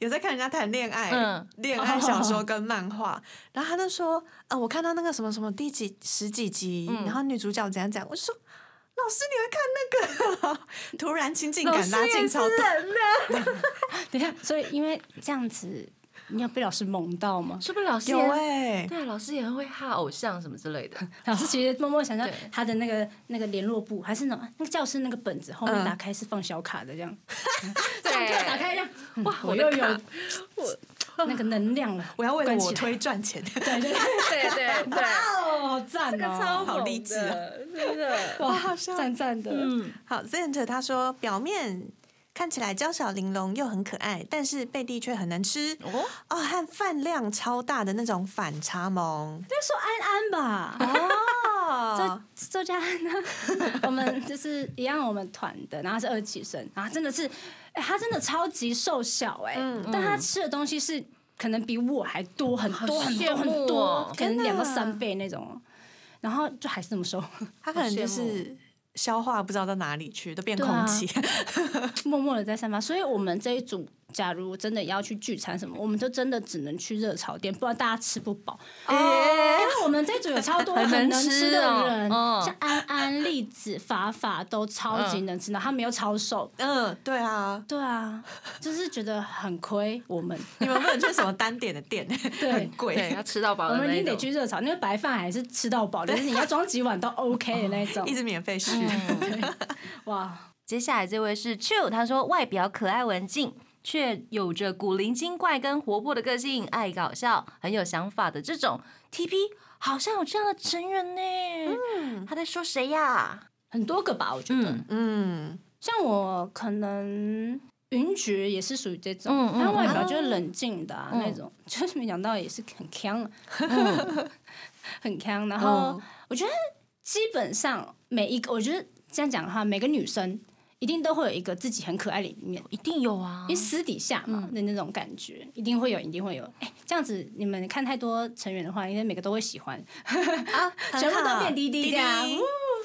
S4: 有在看人家谈恋爱
S2: 嗯，
S4: 恋、爱小说跟漫画。然后他就说：“呃，我看到那个什么什么第几十几集，
S2: 嗯
S4: 然后女主角怎样怎样。”我就说：“老师，你会看那个？” 突然亲近
S2: 老
S4: 感
S2: 师
S4: 拉
S2: 也
S4: 近
S2: 是
S4: 超多。
S2: 人呢，
S3: 等一
S4: 啊
S3: 下， 所以因为这样子，你有被老师萌到
S4: 哦
S3: 吗？
S2: 是不是老师
S4: 有
S2: 也
S3: 欸
S4: 哎、
S2: 对啊，老师也会哈偶像什么之类的。
S3: 老师其实默默想象
S2: 对
S3: 他的那个那个联络簿，还是那种那个教室那个本子后面打开是放小卡的这样，
S2: 对，
S4: 哎
S3: 上课打开这样，
S4: 嗯
S2: 哇，
S3: 我又
S2: 的
S3: 有
S2: 卡
S3: 那个能量了，
S4: 我要为了
S3: 关
S4: 我
S3: 起来
S4: 推赚钱。
S3: 对对对，
S2: 对对 对，
S3: 哦，好赞哦，
S4: 好励志哦
S2: 猛的，真的。
S3: 哇，
S4: 好笑
S3: 赞赞的，
S2: 嗯，
S4: 好，Zent 他说表面看起来娇小玲珑又很可爱，但是贝蒂却很能吃
S2: 哦，
S4: 哦，和饭量超大的那种反差萌
S3: 就说安安吧，
S4: 哦。
S3: 周周家安呢， 我们就是一样，我们团的，然后她是二期生，然后她真的是，哎、她真的超级瘦小哎、
S2: 嗯
S3: 但她吃的东西是可能比我还多很多
S2: 好
S3: 很
S2: 羡
S3: 多
S2: 慕
S3: 很
S2: 哦
S3: 多，可
S4: 真
S3: 能
S4: 的啊
S3: 两到三倍那种哦，然后就还是那么瘦，
S4: 他可能就
S2: 好羡
S4: 是消化不知道到哪里去，都变
S3: 对
S4: 空
S3: 啊
S4: 气。
S3: 默默的在散发。所以我们这一组，假如真的要去聚餐什么，我们就真的只能去热炒店，不然大家吃不饱。
S2: 哎
S3: 因为我们这组 有超多
S2: 很能
S3: 很能
S2: 吃
S3: 吃的
S2: 哦
S3: 人，
S2: 嗯
S3: 像安安、栗子、法法都超级能吃，然后他们又超瘦。
S4: 嗯，对啊，
S3: 对啊，就是觉得很亏 我们，
S4: 你们不能去什么单点的店， 很
S2: 对，
S4: 贵
S2: 要，吃到饱
S3: 我
S2: 的那
S3: 们
S2: 一
S3: 一定得
S2: 种
S3: 去热炒，那个白饭还是吃到饱，但是你要装几碗都 OK 的那 种
S4: 一。直免费吃。
S3: 哇，
S2: 接下来这位是 Chu，他说外表可爱文静，却有着古灵精怪跟活泼的个性，爱搞笑，很有想法的这种 TP，好像有这样的成员呢。他在说谁呀、
S3: 很多个吧，我觉得。
S2: 嗯
S4: 嗯，
S3: 像我可能云爵也是属于这种，
S2: 嗯嗯
S3: 但外表
S4: 嗯
S3: 就是冷静的、啊
S2: 嗯
S3: 那种， 就是没想到也是很强，
S2: 嗯，
S3: 很强。然后
S4: 哦，
S3: 我觉得基本上每一个，我觉得这样讲的话，每个女生一定都会有一个自己很可爱的一面。
S2: 一定有啊
S3: 因为。
S4: 嗯
S3: 私底下嘛的那种感觉，一定会有，一定会有。哎、这样子你们看太多成员的话，应该每个都会喜欢，
S4: 啊，很
S3: 全部都
S4: 好
S3: 变滴滴
S4: 滴
S3: 这
S2: 啊
S3: 样，
S4: 滴
S3: 呜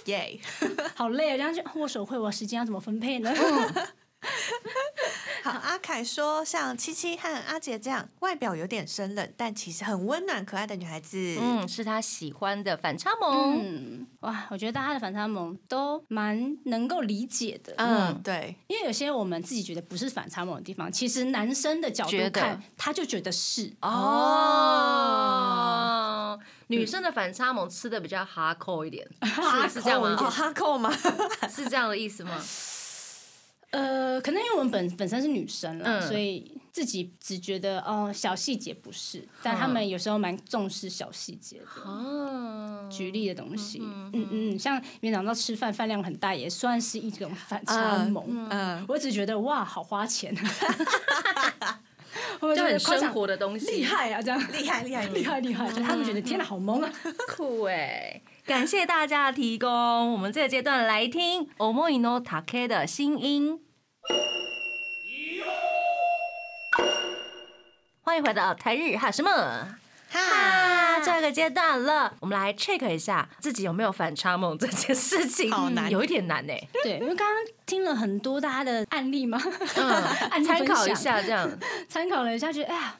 S4: 耶！
S3: 哦
S4: 嗯
S3: 好累啊！这样就握手会，我时间要怎么分配呢？
S4: 好，阿凯说，像七七和阿杰这样外表有点生冷，但其实很温暖可爱的女孩子。
S2: 嗯，是他喜欢的反差萌。
S3: 嗯，哇，我觉得大家的反差萌都蛮能够理解的，
S4: 嗯，对，
S3: 因为有些我们自己觉得不是反差萌的地方，其实男生的角
S2: 觉
S3: 度
S2: 得
S3: 看，他就觉得是。
S2: 哦，女生的反差萌吃的比较哈扣一 点，是是这样
S4: 哦，
S2: 吗？
S4: 哈扣吗？
S2: 是这样的意思吗？
S3: 呃，可能因为我们本本身是女生了，
S2: 嗯
S3: 所以自己只觉得哦小细节不是，但他们有时候蛮重视小细节的。
S2: 哦，
S3: 举例的东西，嗯嗯嗯，像园长到吃饭饭量很大，也算是一种反差
S4: 嗯
S3: 萌。
S4: 嗯，
S3: 我只觉得哇，好花钱，
S2: 就
S3: 就
S2: 很生活的东西，
S3: 厉害啊，这样
S4: 厉害厉害
S3: 厉害厉 害，就他们觉得天哪，好萌啊！
S2: 酷哎、感谢大家的提供，我们这个阶段来听 Omoino Take 的新音。欢迎回到台日哈什么？
S4: 哈，
S2: 啊，这个阶段了，我们来 check 一下自己有没有反差萌这件事情，
S4: 好难
S2: 嗯有一点难哎、
S3: 对，因为刚刚听了很多大家的案例嘛，
S2: 嗯，
S3: 案例分
S2: 参
S3: 享
S2: 考一下这样。
S3: 参考了一下，觉得哎呀，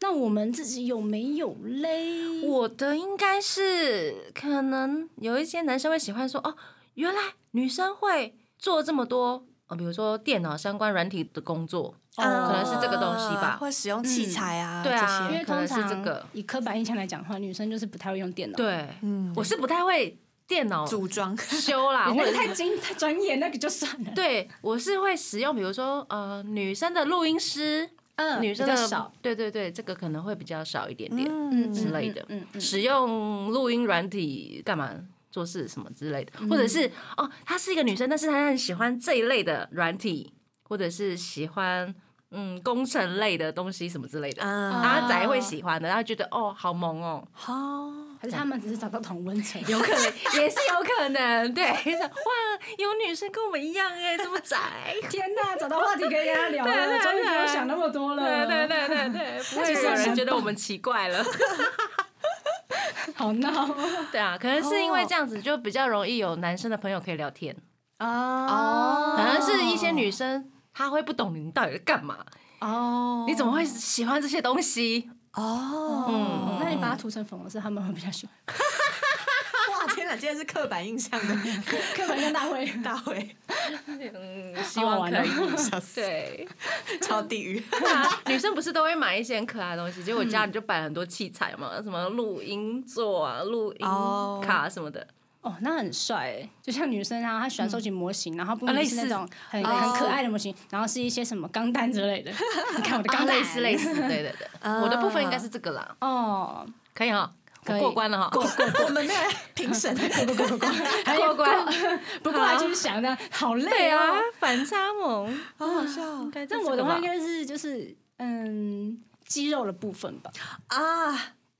S3: 那我们自己有没有嘞？
S2: 我的应该是可能有一些男生会喜欢说哦，原来女生会做这么多哦，比如说电脑相关软体的工作，哦
S3: 哦
S4: 哦
S2: 可能是这个东西吧
S4: 或使用器材啊，
S2: 嗯对啊
S4: 这
S3: 因
S4: 些
S3: 为通
S2: 可能是这
S3: 常
S2: 个
S3: 以刻板印象来讲的话，女生就是不太会用电脑。，
S2: 对，
S4: 嗯，
S2: 我是不太会电脑
S4: 组装，
S2: 修 啦，啊或
S3: 那
S2: 者
S3: 个
S2: 是
S3: 太精太专业，那个就算了。
S2: 对我是会使用，比如说呃，女生的录音师，
S3: 嗯
S2: 女生
S3: 比
S2: 的
S3: 较少，
S2: 对对对，这个可能会比较少一点点之类的，
S3: 嗯嗯
S2: 使用录音软体干嘛？做事什么之类的，或者是哦，她是一个女生，但是她很喜欢这一类的软体，或者是喜欢嗯工程类的东西什么之类的，
S3: 嗯
S4: 啊，
S2: 嗯阿仔会喜欢的，他觉得哦好萌哦，
S4: 好，
S3: 啊还是他们只是找到同温层。
S2: 有可能也是有可能，对， 哇，有女生跟我们一样哎、这么宅，
S3: 天哪，找到话题可以跟他聊
S2: 对对
S3: 了，终于不
S2: 对
S3: 用想那么多了。
S2: 对对对对对，不会
S3: 其实
S2: 有人
S3: 很
S2: 觉得我们奇怪了。
S3: 好闹
S2: 对啊，可能是因为这样子就比较容易有男生的朋友可以聊天，
S3: 哦
S2: 可能是一些女生她会不懂你到底在干嘛，
S3: 哦
S2: 你怎么会喜欢这些东 西？
S4: 哦，
S2: 嗯
S3: 那你把它涂成粉红色，他们会比较喜欢。
S4: 哇，天哪，今天是刻板 印象的
S3: 刻板印象大会，
S4: 大会，
S2: 嗯，希
S3: 好好
S2: 望
S3: 玩
S2: 可
S3: 哦
S2: 以。
S4: 笑死，
S2: 对，
S4: 超地狱，
S2: 对啊，女生不是都会买一些很可爱的东西，结果家
S3: 嗯
S2: 里就摆了很多器材嘛，什么录音座啊、录音
S4: 哦
S2: 卡什么的，
S3: 哦，那很帅欸，就像女生啊，她喜欢收集模型，然后不
S2: 啊
S3: 一
S2: 类
S3: 定
S2: 似哦
S3: 是那种很、
S2: 类
S3: 很
S2: 似
S3: 可爱的模型，然后是一些什么钢弹之 类的。你看我的
S2: 啊
S3: 钢弹，
S2: 类似类似，对对 对，我的部分应该是这个啦，
S3: 哦，
S2: 可以哈，
S3: 啊 可
S2: 我
S3: 以
S2: 过关了哈，过过
S4: 我们没有评 审，
S3: 不不 不不，还有
S2: 过关，
S3: 不过来就是想的，好
S2: 对
S3: 累
S2: 啊
S3: 哦。，
S2: 反差萌，
S4: 好好笑
S2: 应该
S3: 但我的话应该是就是嗯。肌肉的部分吧，
S4: 啊，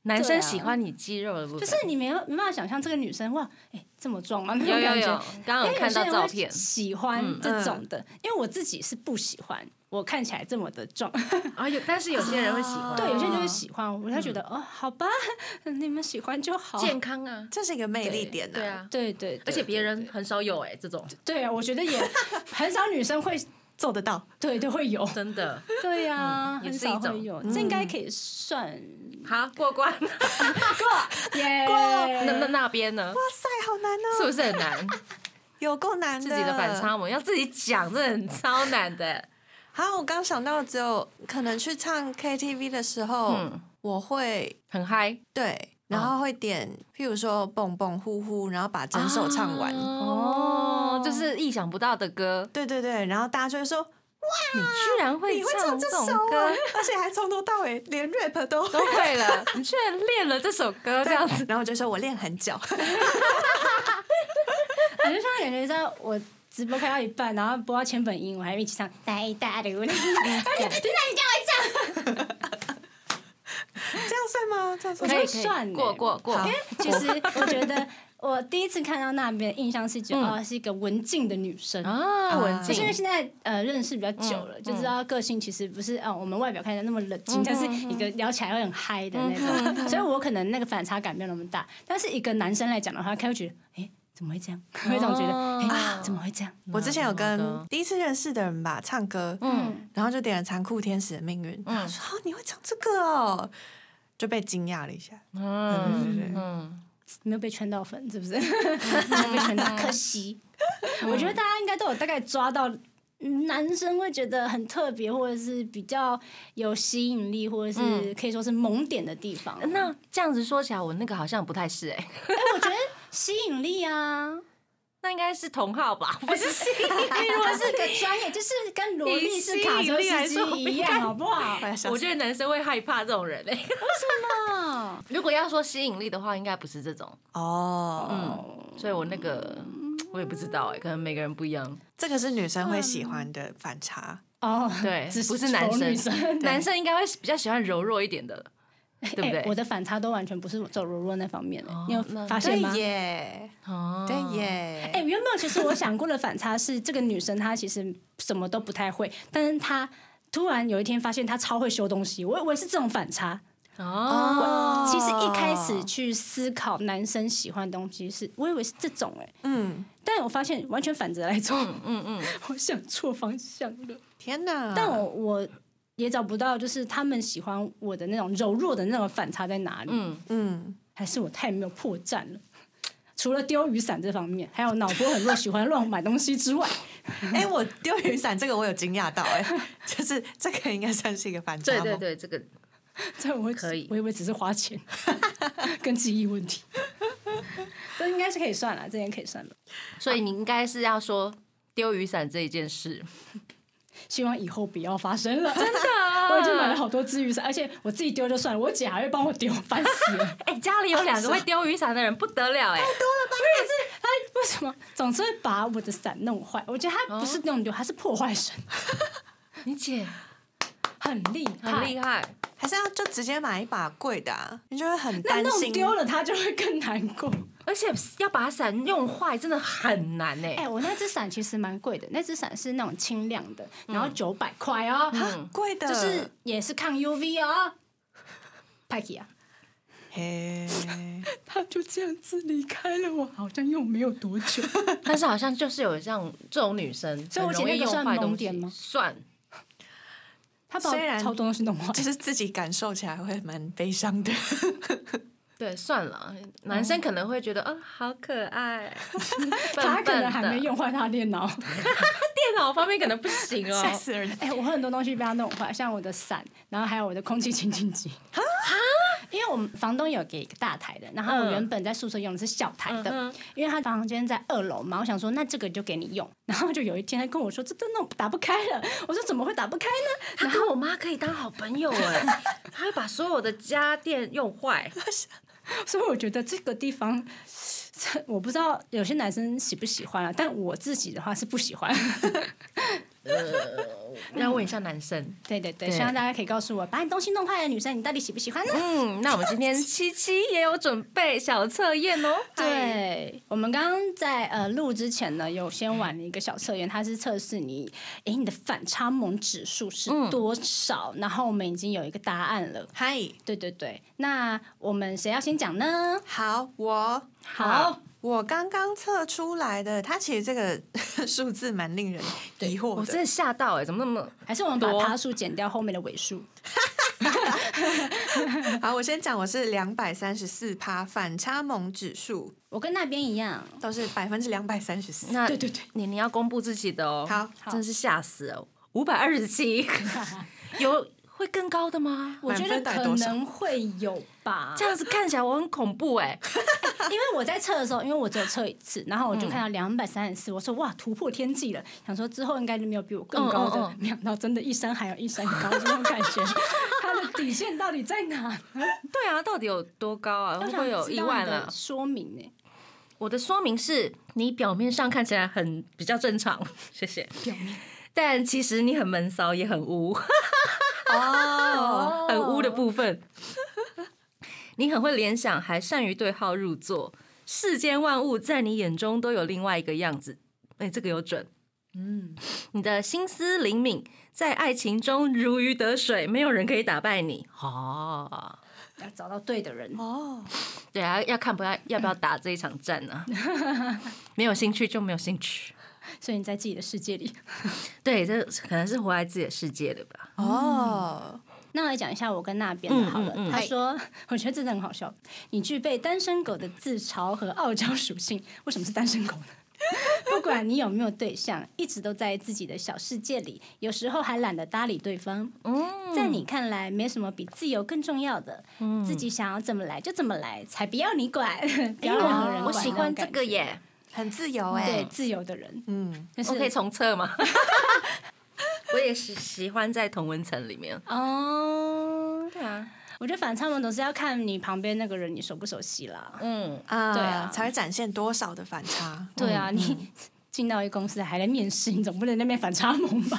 S2: 男
S3: 对
S2: 生
S3: 啊
S2: 喜欢你肌肉的部分，
S3: 就是你没有没办法想象这个女生哇，哎、这么壮啊，那种
S2: 有有
S3: 感觉
S2: 有，刚刚哎有看到照
S3: 因为有些人
S2: 片
S3: 会喜欢
S2: 嗯
S3: 这种的，因为我自己是不喜欢我看起来这么的壮，
S2: 啊，有，但是哦有些人会喜欢，
S3: 对，有些人就会喜欢，我才觉得、
S2: 嗯
S3: 哦，好吧， 你们喜欢就好。
S2: 健康啊，
S4: 这是一个魅力点
S2: 对，啊，
S3: 对对对
S2: 而且别人
S3: 对
S2: 很少有哎，这种
S3: 对啊，我觉得也 很少女生会，
S4: 做得到，
S3: 对对会有，
S2: 真的
S3: 对呀，
S2: 嗯也
S3: 很
S2: 是一
S3: 少
S2: 种嗯
S3: 会有，这应该可以 算
S2: 好过 关，
S3: 耶。
S2: 那那那边呢，
S4: 哇塞，好难
S2: 是
S4: 哦，
S2: 不是很 难？
S4: 有够难
S2: 自己的反差萌要自己讲，这很超难的，
S4: 好，我刚想到，只有可能去唱 KTV 的时候，
S2: 嗯
S4: 我会
S2: 很嗨，
S4: 对，然后会点，譬如说蹦蹦呼呼，然后把整首唱完。
S2: 啊哦，就是意想不到的歌，
S4: 对对对，然后大家就会说
S2: 你居然会
S4: 你会唱
S2: 这
S4: 这
S2: 种
S4: 首啊
S2: 歌，，
S4: 而且还从头到尾连 rap 都
S2: 都会 了，你居然练了这首歌，这样子。
S4: 然后我就说我练 很久，
S3: 我就像感觉在我直播开到一半，然后播到千本樱，我还一起唱大大的舞， 你
S4: 这样算吗？这样算
S3: 我
S4: 吗
S3: 觉
S2: 可以
S3: 得
S2: 可以
S3: 算欸
S2: 过过过，
S4: 好
S3: 其实我觉得我第一次看到那边的印象是觉得、
S2: 嗯
S3: 哦，是一个文静的女生。
S2: 啊，文
S3: 就是因为
S2: 静，
S3: 现在呃认识比较久了，
S2: 嗯
S3: 就知道个性其实不是啊、呃我们外表看起来那么冷静，但是一
S2: 嗯
S3: 个聊起来会很嗨的那种，所以我可能那个反差感没有那么大。但是一个男生来讲的话，他会觉得，哎、怎么会这样？有一种觉得，
S2: 哦
S3: 哎、怎么会这样？
S4: 我之前有
S2: 好
S4: 跟
S2: 的
S4: 第一次认识的人吧唱歌，
S2: 嗯
S4: 然后就点了《残酷天使的命运》，他
S2: 嗯
S4: 说、哦、你会唱这个哦，就被惊讶了一下。
S2: 嗯
S4: 对对对，
S2: 嗯，
S3: 没有被圈到粉， 是不是？没有被圈到，可惜。
S2: 嗯
S3: 我觉得大家应该都有大概抓到，嗯男生会觉得很特别，或者是比较有吸引力，或者是可以说是萌点的地方。
S2: 嗯
S3: 啊
S2: 那这样子说起来，我那个好像不太是哎、
S3: 吸引力啊，
S2: 那应该是同号吧？不是吸引力，
S3: 哎如果是个专业，就是跟萝莉是卡车司机一样，好不好？
S2: 我觉得男生会害怕这种人哎、
S3: 啊，
S2: 如果要说吸引力的话，应该不是这种，
S4: 哦，
S2: 嗯所以我那个我也不知道哎、可能每个人不一样。
S4: 这个是女
S2: 嗯
S4: 生会喜欢的反差。
S3: 哦，
S2: 对
S3: 只，
S2: 不是男
S3: 丑女
S2: 生，男生应该会比较喜欢柔弱一点的，对不
S3: 哎
S2: 对？
S3: 我的反差都完全不是走柔弱那方面的，你有
S2: 那
S3: 发现吗？
S4: 耶，
S2: 哦
S4: 对耶，
S3: 哎、原本其实我想过的反差是，这个女生她其实什么都不太会，但是她突然有一天发现她超会修东西。我我也是这种反差。
S2: 哦，
S4: 嗯
S3: 我其实一开始去思考男生喜欢的东西是，我以为是这种哎、
S4: 嗯，
S3: 但我发现完全反着来做，
S2: 嗯嗯，
S3: 我想错方向了。
S4: 天哪！
S3: 但我我也找不到，就是他们喜欢我的那种柔弱的那种反差在哪里？
S4: 嗯，
S3: 还是我太没有破绽了？除了丢雨伞这方面，还有脑波很弱，喜欢乱买东西之外，
S4: 哎、我丢雨伞这个我有惊讶到、哎，就是这个应该算是一个反差
S2: 对
S4: 吗。
S2: 对对，这个
S3: 这我会
S2: 可以
S3: 我以为只是花钱 跟记忆问题， 这应该是可以算了，这也可以算了。
S2: 所以你应该是要说丢雨伞这一件事，
S3: 希望以后不要发生了，真 的、
S2: 啊
S3: 我已经买了好多只雨伞，而且我自己丢就算了，我姐还会帮我丢，烦死了。
S2: 哎、家里有两个会丢雨伞的人不得了哎、
S3: 她为什么总是会把我的伞弄坏？我觉得她不是弄丢，她是破坏神，
S2: 你姐
S3: 很厉害，
S2: 很厉害，
S4: 还是要就直接买一把贵的、啊，你就会很
S3: 那
S4: 担
S3: 弄
S4: 心。啊
S3: 丢了她就会更难过。
S2: 而且要把伞用坏真的很难哎、
S3: 哎、我那只伞其实蛮贵的，那只伞是那种轻量的，然后九百块哦，
S4: 贵的，
S3: 就是也是抗 UV 哦。派克啊！
S4: 嘿，
S3: 他就这样子离开了我，好像又没有多久。
S2: 但是好像就是有像这种女生，
S3: 所以我姐
S2: 很容易
S3: 那个
S2: 用
S3: 算
S2: 坏东
S3: 萌点
S2: 西，
S3: 吗
S2: 算
S3: 他把我
S4: 虽然
S3: 超多东西弄坏
S4: 就，是自己感受起来会蛮悲伤的。
S2: 对算了，男生可能会觉得啊、好可爱，
S3: 哦 他
S2: 笨
S3: 可
S2: 笨
S3: 能
S2: 的
S3: 还没用坏他的电脑。
S2: 电脑方面可能不行哦，
S4: 吓死人！
S3: 哎、我很多东西被他弄坏，像我的伞，然后还有我的空气清 净机。啊！因为我们房东有给一个大台的，然后我
S2: 嗯
S3: 原本在宿舍用的是小台的，
S2: 嗯哼
S3: 因为他房间在二楼嘛，我想说那这个就给你用。然后就有一天他跟我说这真的打不开了，我说怎么会打不开呢？
S2: 他跟我妈可以当好朋友哎、他会把所有的家电用坏，
S3: 所以我觉得这个地方， 这我不知道有些男生喜不喜欢啊，但我自己的话是不喜欢。
S2: 要问一下男生。
S3: 对对对，
S2: 对
S3: 希望大家可以告诉我，把你东西弄坏的女生，你到底喜不喜欢呢？
S2: 嗯，那我们今天七七也有准备小测验哦。
S3: 对，我们刚刚在呃录之前呢，有先玩了一个小测验，它是测试你，诶，你的反差萌指数是
S4: 嗯
S3: 多少？然后我们已经有一个答案了。
S4: 嗨，
S3: 对对对，那我们谁要先讲呢？
S4: 好，我
S3: 好，
S4: 我刚刚测出来的，它其实这个 数字蛮令人疑惑
S2: 我真
S4: 的。
S2: 的吓到哎、怎么那么……
S3: 还是我们把
S2: 多
S3: 趴数减掉后面的尾数？
S4: 好，我先讲，我是两百三十四趴，反差萌指数
S3: 我跟那边一样，
S4: 都是百分之两百三十四。
S2: 那
S3: 对对对，
S2: 你你要公布自己的哦。
S4: 好，
S2: 真是吓死了，五百二十七，有会更高的吗？
S3: 我觉得
S4: 满分大概
S3: 可
S4: 多少
S3: 能会有吧
S2: 这。样子看起来我很恐怖哎、
S3: 因为我在测的时候，因为我只有测一次，然后我就看到两百三十四，我说哇，突破天际了，想说之后应该就没有比我更高
S2: 嗯嗯
S3: 的
S2: 嗯，
S3: 没想到真的一山还有一山高，这种 感觉，它的底线到底在哪？
S2: 对啊，到底有多高啊？会不会有意外
S3: 了
S2: 了？
S3: 说明欸呢、
S2: 我的说明是你表面上看起来很比较正常，谢谢。表面，但其实你很闷骚，也很污。
S4: 哦，
S2: 很污的部分。你很会联想，还善于对号入座，世间万物在你眼中都有另外一个样子。哎、这个有准。嗯，你的心思灵敏，在爱情中如鱼得水，没有人可以打败你。哦，
S3: 要找到对的人。
S4: 哦，
S2: 对啊，要看不要要不要打这一场战呢、啊？ 没有兴趣就没有兴趣。
S3: 所以你在自己的世界里。
S2: 对，这可能是活在自己的世界的吧。
S4: 哦，
S3: 那我来讲一下我跟那边的好了。
S2: 嗯嗯嗯
S3: 他说， 我觉得这真的很好笑。你具备单身狗的自嘲和傲娇属性，为什么是单身狗呢？ 不管你有没有对象，一直都在自己的小世界里，有时候还懒得搭理对方。
S2: 嗯，
S3: 在你看来，没什么比自由更重要的。自己想要怎么来就怎么来，才不要你管， 不要任何啊
S2: 哎
S3: 人管。
S2: 我喜欢这个，耶，
S4: 很自由哎、
S3: 对自由的人，
S4: 嗯，
S3: 就是
S2: 我可以重测吗？ 我也是喜欢在同温层里面。
S3: 哦。
S2: 对啊，
S3: 我觉得反正他们总是要看你旁边那个人你熟不熟悉啦。
S2: 嗯，
S4: 啊，
S3: 对啊
S4: 才会展现多少的反差。
S3: 对啊，
S2: 嗯
S3: 你进到一个公司还在面试，你总不能在那边反差萌吧？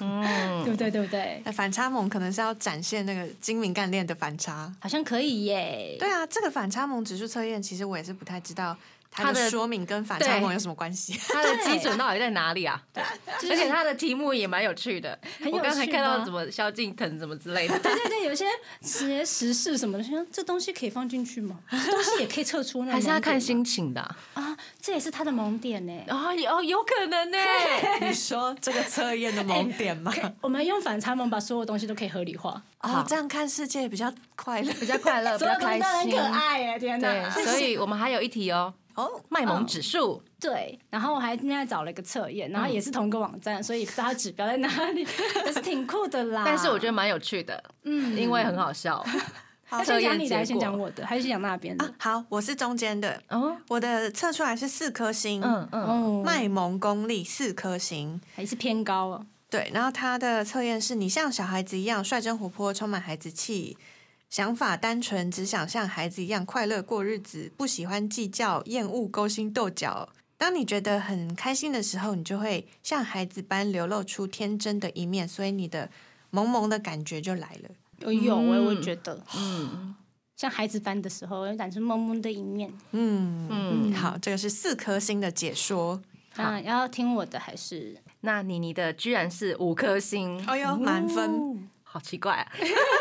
S2: 嗯
S3: 对不对？对不对？
S4: 那哎反差萌可能是要展现那个精明干练的反差。
S3: 好像可以耶。
S4: 对啊，这个反差萌指数测验，其实我也是不太知道它
S2: 它的
S4: 的说明跟反差
S2: 对
S4: 萌有什么关系。
S2: 它的
S3: 啊
S2: 基准到底在哪里啊？而且它的题目也蛮有趣的，
S3: 很有
S2: 我刚才
S3: 趣
S2: 看到
S3: 吗
S2: 什么萧敬腾什么之 类的。
S3: 对对对，有些些时事什么的，像这东西可以放进去吗？这东西也可以测出那个
S2: 还是要
S3: 盲点
S2: 看
S3: 吗
S2: 心情的啊、
S3: 啊，这也是他的萌点呢。
S2: 哦，有有可能呢、
S4: 你说这个测验的萌点吗？
S3: 我们用反差萌把所有东西都可以合理化，
S4: 哎哦，这样看世界比较快乐，比
S2: 比较快乐，比
S3: 所有
S2: 较
S3: 东
S2: 哦开
S3: 西都很
S2: 心
S3: 可。爱啊耶！天
S2: 对，
S3: 哪，
S2: 所以我们还有一题哦，
S4: 哦。
S2: 卖萌指数。
S3: 对，然后我还现在找了一个测验，然后也是同一个网站，所以不知道它指标在哪里， 但是挺酷的啦。
S2: 嗯但是我觉得蛮有趣的，嗯，因为很好笑。
S3: 要先讲你的，还是
S2: 测验结
S3: 先
S2: 果
S3: 讲我的，还是先讲那边的？
S4: 好，我是中间的，
S2: 哦，
S4: 我的测出来是四颗星，
S2: 嗯嗯，
S3: 哦，
S4: 卖萌功力四颗星。
S3: 还是偏高哦。
S4: 对，然后他的测验是你像小孩子一样率真活泼，充满孩子气，想法单纯，只想像孩子一样快乐过日子，不喜欢计较，厌恶勾心斗角。当你觉得很开心的时候，你就会像孩子般流露出天真的一面，所以你的萌萌的感觉就来了。
S3: 我有哎，
S2: 嗯
S3: 我觉得，嗯，像孩子般的时候，有展示萌萌的一面。
S4: 嗯
S2: 嗯
S4: 嗯，好，这个是四颗星的解说。
S3: 那要听我的还是
S2: 那妮妮的居然是五颗
S3: 哦
S2: 星，
S4: 哎呦，满分！
S2: 好奇怪啊！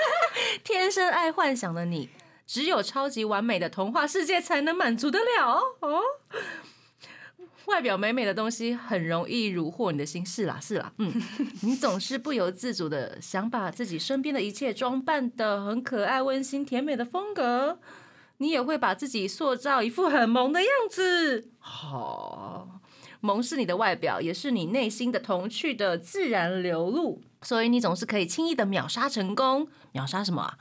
S2: 天生爱幻想的你，只有超级完美的童话世界才能满足得了哦哦。 外表美美的东西很容易虏获你的心，是啦是啦，嗯，你总是不由自主的想把自己身边的一切装扮的很可爱、温馨、甜美的风格，你也会把自己塑造一副很萌的样子。好、萌是你的外表，也是你内心的童趣的自然流露，所以你总是可以轻易的秒杀成功。秒杀什么啊？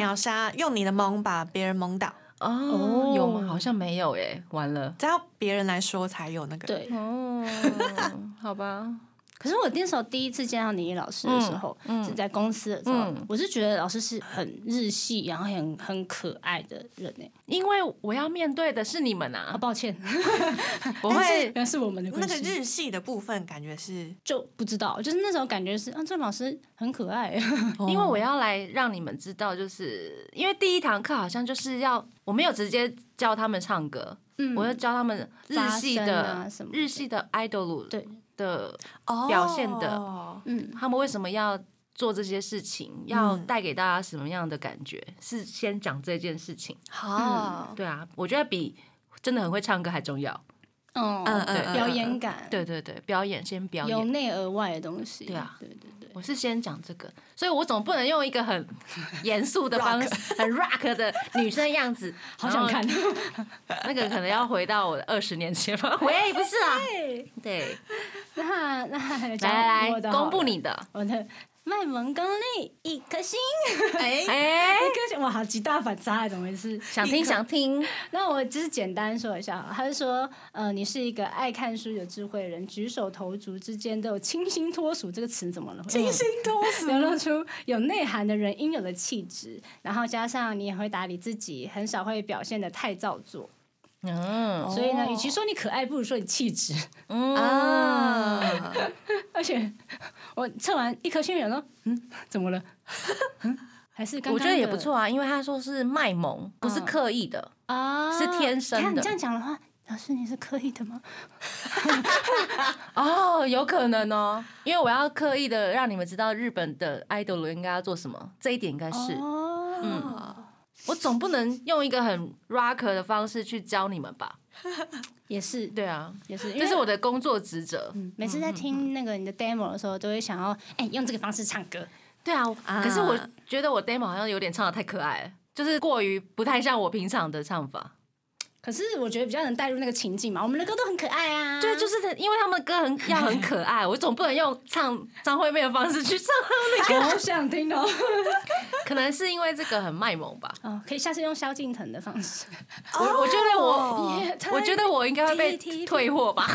S4: 秒杀，用你的萌把别人萌倒，
S2: 哦
S3: 哦，
S2: 有吗？好像没有诶、完了。
S4: 只要别人来说才有那个。，
S3: 对？
S2: 哦，好吧，
S3: 可是我那时候第一次见到倪老师的时候，是在公司的时候，
S2: 嗯
S3: 我是觉得老师是很日系，然后很很可爱的人哎、
S2: 因为我要面对的是你们
S3: 啊，
S2: 啊，
S3: 抱 歉，
S2: 我会
S3: 原来是我们的
S4: 那
S3: 关
S4: 个
S3: 系，
S4: 日系的部分感觉是
S3: 就不知道，就是那时候感觉是啊，这老师很可 爱、
S2: 因
S3: 哦
S2: 为我要来让你们知道，就是因为第一堂课好像就是要，我没有直接教他们唱歌，
S3: 嗯
S2: 我就教他们日系
S3: 发声
S2: 的、
S3: 啊什么的
S2: 日系的 idol
S3: 对
S2: 的，
S4: 哦
S2: 表现的
S3: 嗯，
S2: 他们为什么要做这些事情，要带给大家什么样的感觉，是先讲这件事情。
S4: 好，
S2: 对啊，我觉得比真的很会唱歌还重要。
S3: 哦，
S4: 嗯嗯嗯
S3: 表演感，
S2: 对对对，表演先表
S3: 由
S2: 演。
S3: 内而外的东西，
S2: 对啊
S3: 对对对，
S2: 我是先讲这个，所以我总不能用一个 很严肃的方式，很 rock 的女生样 子。
S3: 好想看，
S2: 然后那个，可能要回到我的二十年前吧。 喂，不是啊，对，
S3: 那那
S2: 来
S3: 讲
S2: 来
S3: 我的
S2: 来，
S3: 好了
S2: 公布你的。
S3: 我的卖萌功力一颗星，
S4: 哎、
S2: 哎，
S3: 一颗星，哇，好极大反差，啊怎么回事？
S2: 想听想听，
S3: 那我只是简单说一下啊，他是说，呃，你是一个爱看书、有智慧的人，举手投足之间都有清新脱俗这个词，怎么了？清新脱俗，流露出有内涵的人应有的气质，然后加上你也会打理自己，很少会表现的太造作。
S2: 嗯
S3: 所以呢，与其说你可爱，不如说你气质。
S2: 嗯，
S4: 啊，
S3: 而且我测完一颗星，人说，嗯，怎么了？嗯，还是刚刚
S2: 我觉得也
S3: 的
S2: 不错啊，因为他说是卖萌，不是刻意的。
S3: 啊，
S2: 是天生的
S3: 看你这样讲的话，老师你是刻意的吗？
S2: 哦，有可能哦，因为我要刻意的让你们知道日本的 idol 应该要做什么，这一点应该是、
S3: 哦，
S2: 嗯我总不能用一个很 rock 的方式去教你们吧？
S3: 也是
S2: 对啊，
S3: 也是，因
S2: 这
S3: 为
S2: 是我的工作职责。
S3: 嗯每次在听那个你的 demo 的时候，都会想要哎、用这个方式唱歌，
S2: 对啊，
S4: 啊
S2: 可是我觉得我 demo 好像有点唱的太可爱了，就是过于不太像我平常的唱法。
S3: 可是我觉得比较能带入那个情境嘛，我们的歌都很可爱啊。
S2: 对，就是因为他们的歌很要很可爱，我总不能用唱张惠妹的方式去唱。
S3: 好想听哦。
S2: 可能是因为这个很卖萌吧。
S3: 哦，可以下次用萧敬腾的方式，
S2: 我我觉得我，
S4: 哦
S2: 我觉得我应该会被
S3: 踢踢
S2: 退货吧，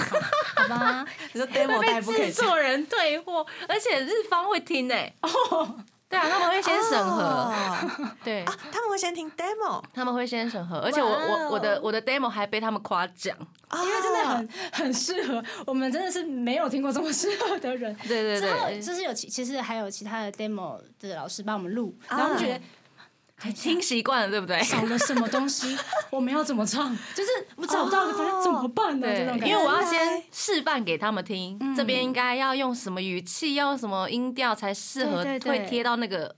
S3: 好吧？
S4: 你说
S2: 会
S4: demo 带
S2: 被
S4: 不可
S2: 制
S4: 以唱
S2: 作人退货，而且日方会听诶。
S3: 哦
S2: 对啊，他们会先审核，
S4: 哦
S2: 对，
S4: 啊，他们会先听 demo，
S2: 他们会先审核，而且我
S4: 哇哦
S2: 我我的我的 demo 还被他们夸奖，
S4: 因
S3: 因为真的很很适合，我们真的是没有听过这么适合的人。
S2: 对对
S3: 之后
S2: 对，
S3: 就是有其其实还有其他的 demo 的老师帮我们录，
S4: 啊
S3: 然后我们觉得
S2: 听习惯了，对不对？
S3: 少了什么东 西，我们要怎么唱？就是我找不到，反正怎么办呢？这
S2: 哦对
S3: 种，感
S2: 因为我
S3: 觉。嗯
S2: 要
S4: 原来
S2: 先示范给他们听，这边应该要用什么语气，要用什么音调才适合
S3: 对对对
S2: 会贴到那个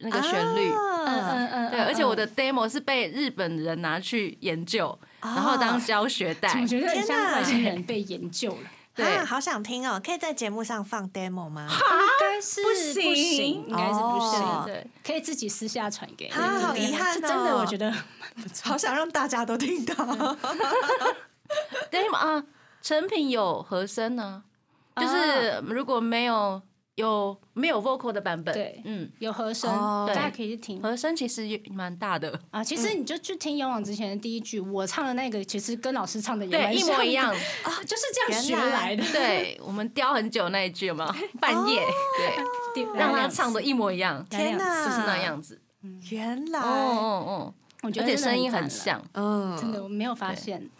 S2: 那个旋
S4: 啊
S2: 律。
S3: 嗯嗯嗯，
S2: 对，
S3: 嗯
S2: 而且我的
S3: 嗯
S2: demo 是被日本人拿去研究，然后当教学带。
S3: 我觉得很
S4: 天
S3: 像
S4: 哪
S3: 外星人被研究了，
S2: 对
S4: 啊，好想听哦，可以在节目上放 demo 吗？
S3: 应该是
S2: 啊不
S3: 行，
S2: 行
S3: 应该是不
S4: 哦
S3: 行，
S2: 对，
S3: 可以自己私下传给你。对
S4: 啊好
S3: 对对
S4: 遗憾
S3: 是
S4: 哦
S3: 真的，我觉得不错。
S4: 好想让大家都听到。
S2: 对 demo 啊，成品有和声呢、
S3: 啊
S2: 就是如果没有有没有 vocal 的版本，
S3: 对
S2: 嗯，
S3: 有和声，
S4: 哦
S3: 大家
S2: 对
S3: 可以去听
S2: 和声其实也蛮大的，
S3: 啊。其实你就去听《勇往直前》的第一句，我唱的那个其实跟老师唱的也
S2: 对，
S3: 蛮
S2: 一
S3: 像
S2: 模
S3: 的
S2: 一样。
S3: 啊，就是这样学
S4: 原来
S3: 来的。
S2: 对我们雕很久那一句嘛，半夜，
S3: 哦
S2: 对，
S3: 对
S2: 让他唱的一模一样，就
S4: 天
S3: 哪
S4: 哪，
S2: 是那，样子。
S4: 原来，
S2: 哦哦
S3: 我
S2: 哦，
S3: 觉
S2: 而
S3: 得
S2: 且
S3: 真的
S2: 声音
S3: 赞
S2: 很
S3: 啦，
S2: 像，
S4: 嗯，
S3: 哦真的我没有发现。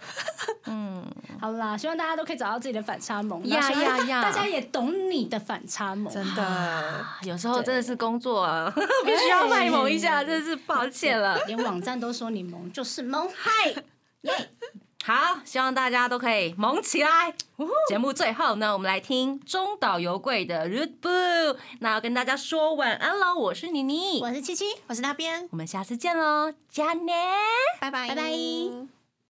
S2: 嗯，
S3: 好啦，希望大家都可以找到自己的反差萌，
S2: 呀
S3: 然后希望
S2: 呀呀
S3: 大家也懂你的反差萌。
S4: 真的，
S2: 啊有时候
S3: 对
S2: 真的是工作啊， 必须要卖萌一下，真是抱歉了。
S3: 连网站都说你萌就是萌，嗨，
S2: 好，希望大家都可以萌起来。节目最后呢，我们来听中岛由贵的《Rude Boo》，那要跟大家说晚安喽，我是妮妮，
S3: 我是七七。
S4: 我是那边，
S2: 我们下次见喽，加呢。
S4: 拜拜，
S3: 拜拜。